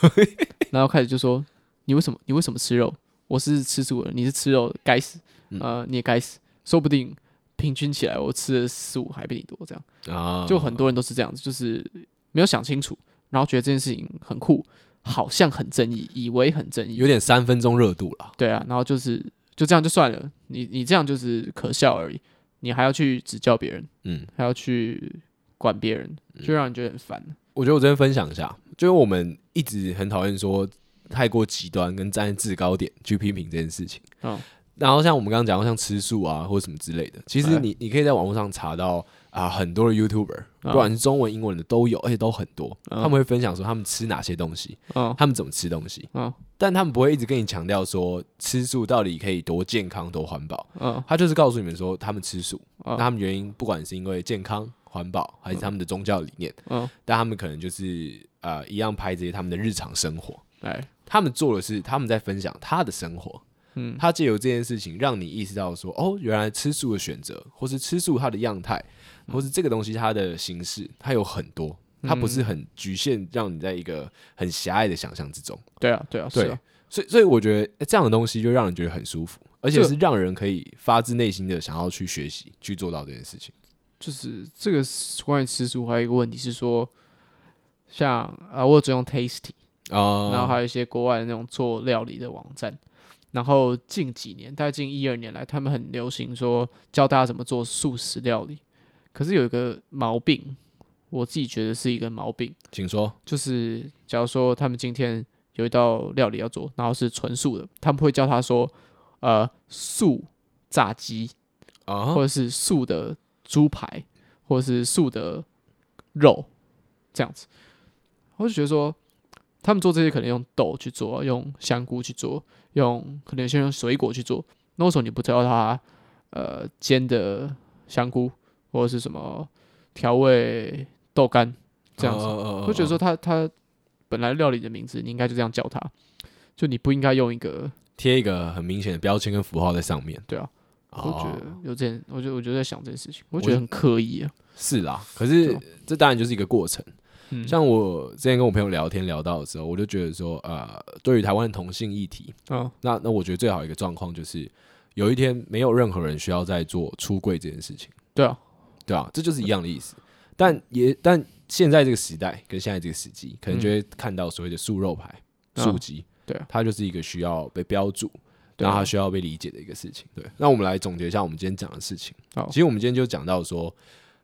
B: 然后开始就说你为什么你为什么吃肉？我是吃素的，你是吃肉的，该死，
A: 嗯
B: 呃，你也该死，说不定平均起来我吃了十五还比你多，这样
A: 啊，
B: 就很多人都是这样子，就是没有想清楚，然后觉得这件事情很酷，好像很正义，以为很正义
A: 有，点三分钟热度了。
B: 对啊，然后就是就这样就算了，你你这样就是可笑而已，你还要去指教别人，
A: 嗯，
B: 还要去管别人，就让人觉得很烦。
A: 我觉得我这边分享一下，就是我们一直很讨厌说太过极端跟站在制高点去批评这件事情。
B: 嗯
A: 然后像我们刚刚讲到像吃素啊或者什么之类的，其实
B: 哎
A: 你你可以在网络上查到啊很多的 YouTuber，不
B: 嗯
A: 管是中文英文的都有，而且都很多，
B: 嗯
A: 他们会分享说他们吃哪些东西，
B: 嗯
A: 他们怎么吃东西，
B: 嗯
A: 但他们不会一直跟你强调说吃素到底可以多健康多环保，
B: 嗯
A: 他就是告诉你们说他们吃素，
B: 嗯
A: 那他们原因不管是因为健康、环保，还是他们的宗教理念，
B: 嗯，
A: 但他们可能就是呃一样拍这些他们的日常生活。
B: 来，
A: 他们做的是他们在分享他的生活，
B: 嗯
A: 他借由这件事情让你意识到说，哦，原来吃素的选择，或是吃素它的样态，
B: 嗯
A: 或是这个东西它的形式，它有很多，它不是很局限，让你在一个很狭隘的想象之中。
B: 对啊，对啊，是
A: 对，
B: 啊，
A: 所以所以我觉得呃这样的东西就让人觉得很舒服，而且
B: 这
A: 是让人可以发自内心的想要去学习，去做到这件事情。
B: 就是这个是关于吃素，还有一个问题是说，像啊、呃我有追用 Tasty，
A: 啊
B: 然后还有一些国外的那种做料理的网站，然后近几年，大概近一二年来，他们很流行说教大家怎么做素食料理，可是有一个毛病，我自己觉得是一个毛病，
A: 请说，
B: 就是假如说他们今天有一道料理要做，然后是纯素的，他们会叫他说，呃，素炸鸡。
A: 啊
B: 或者是素的猪排，或者是素的肉，这样子。我就觉得说，他们做这些可能用豆去做，用香菇去做，用可能有些人用水果去做。那为什么你不叫它呃煎的香菇，或者是什么调味豆干这样子？
A: 我
B: 我觉得说它它本来料理的名字，你应该就这样叫它，就你不应该用一个
A: 贴一个很明显的标签跟符号在上面。
B: 对啊，我就觉得
A: 哦
B: 有这件，我就我就在想这件事情，我
A: 我
B: 觉得
A: 是
B: 很刻意啊。
A: 是啦，可是
B: 对
A: 这当然就是一个过程。
B: 嗯，
A: 像我之前跟我朋友聊天聊到的时候，我就觉得说，呃，对于台湾的同性议题，
B: 啊，
A: 那那我觉得最好一个状况就是，有一天没有任何人需要再做出柜这件事情，
B: 对啊，
A: 对啊，这就是一样的意思。但也但现在这个时代跟现在这个时机，可能就会看到所谓的素肉牌、
B: 嗯
A: 素鸡，
B: 对啊
A: 它就是一个需要被标注，
B: 对啊
A: 然后它需要被理解的一个事情。对，那我们来总结一下我们今天讲的事情。
B: 好
A: 其实我们今天就讲到说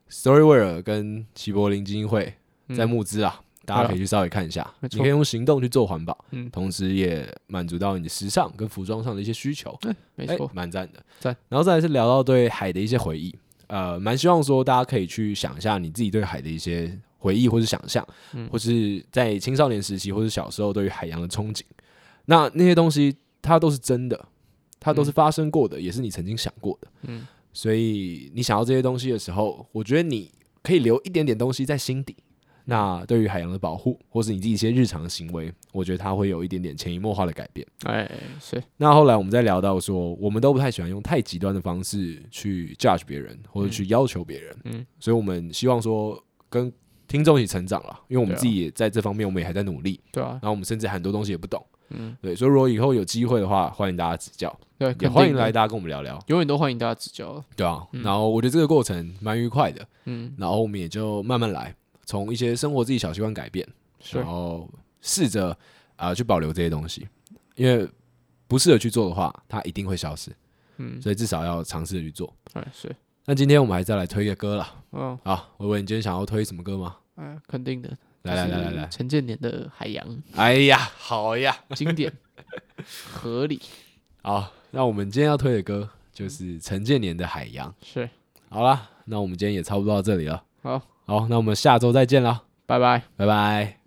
A: ，Storyware 跟齐柏林基金会在
B: 嗯啊
A: 募资啊，大家可以去稍微看一下，
B: 没
A: 你
B: 错
A: 可以用行动去做环保，
B: 嗯
A: 同时也满足到你的时尚跟服装上的一些需求，
B: 没
A: 哎
B: 错，
A: 蛮赞的。
B: 赞，
A: 然后再来是聊到对海的一些回忆，呃，蛮希望说大家可以去想一下你自己对海的一些回忆或是想象，
B: 嗯
A: 或是在青少年时期或是小时候对于海洋的憧憬，那那些东西它都是真的，它都是发生过的，也是你曾经想过的，
B: 嗯，
A: 所以你想要这些东西的时候，我觉得你可以留一点点东西在心底。那对于海洋的保护，或是你自己一些日常的行为，我觉得它会有一点点潜移默化的改变。
B: 哎，是，
A: 那后来我们再聊到说，我们都不太喜欢用太极端的方式去 judge 别人或者去要求别人，
B: 嗯
A: 所以我们希望说跟听众一起成长啦，因为我们
B: 对啊
A: 自己也在这方面，我们也还在努力，
B: 对啊
A: 然，后我们甚至很多东西也不懂，
B: 嗯，
A: 对，所以如果以后有机会的话，欢迎大家指教，
B: 对，啊
A: 也
B: 肯
A: 欢
B: 定
A: 迎
B: 的
A: 来，大家跟我们聊聊，
B: 永远都欢迎大家指教了。
A: 对啊，然后我觉得这个过程蛮愉快的，
B: 嗯，
A: 然后我们也就慢慢来，从一些生活自己小习惯改变，
B: 是
A: 然，后试着啊去保留这些东西，因为不适合去做的话，它一定会消失。
B: 嗯，
A: 所以至少要尝试去做。
B: 哎，是，
A: 那今天我们还是要来推一个歌啦。
B: 嗯，
A: 啊！伟伟，你今天想要推什么歌吗？
B: 哎，肯定的。
A: 来
B: 就
A: 来
B: 是
A: 来来来，
B: 陈建年的《海洋》
A: 哎呀，好呀，
B: 经 典，合理
A: 好，那我们今天要推的歌就是陈建年的《海洋》。
B: 是，
A: 好啦，那我们今天也差不多到这里了。
B: 好，
A: 好，那我们下周再见啦，
B: 拜拜。
A: 拜拜。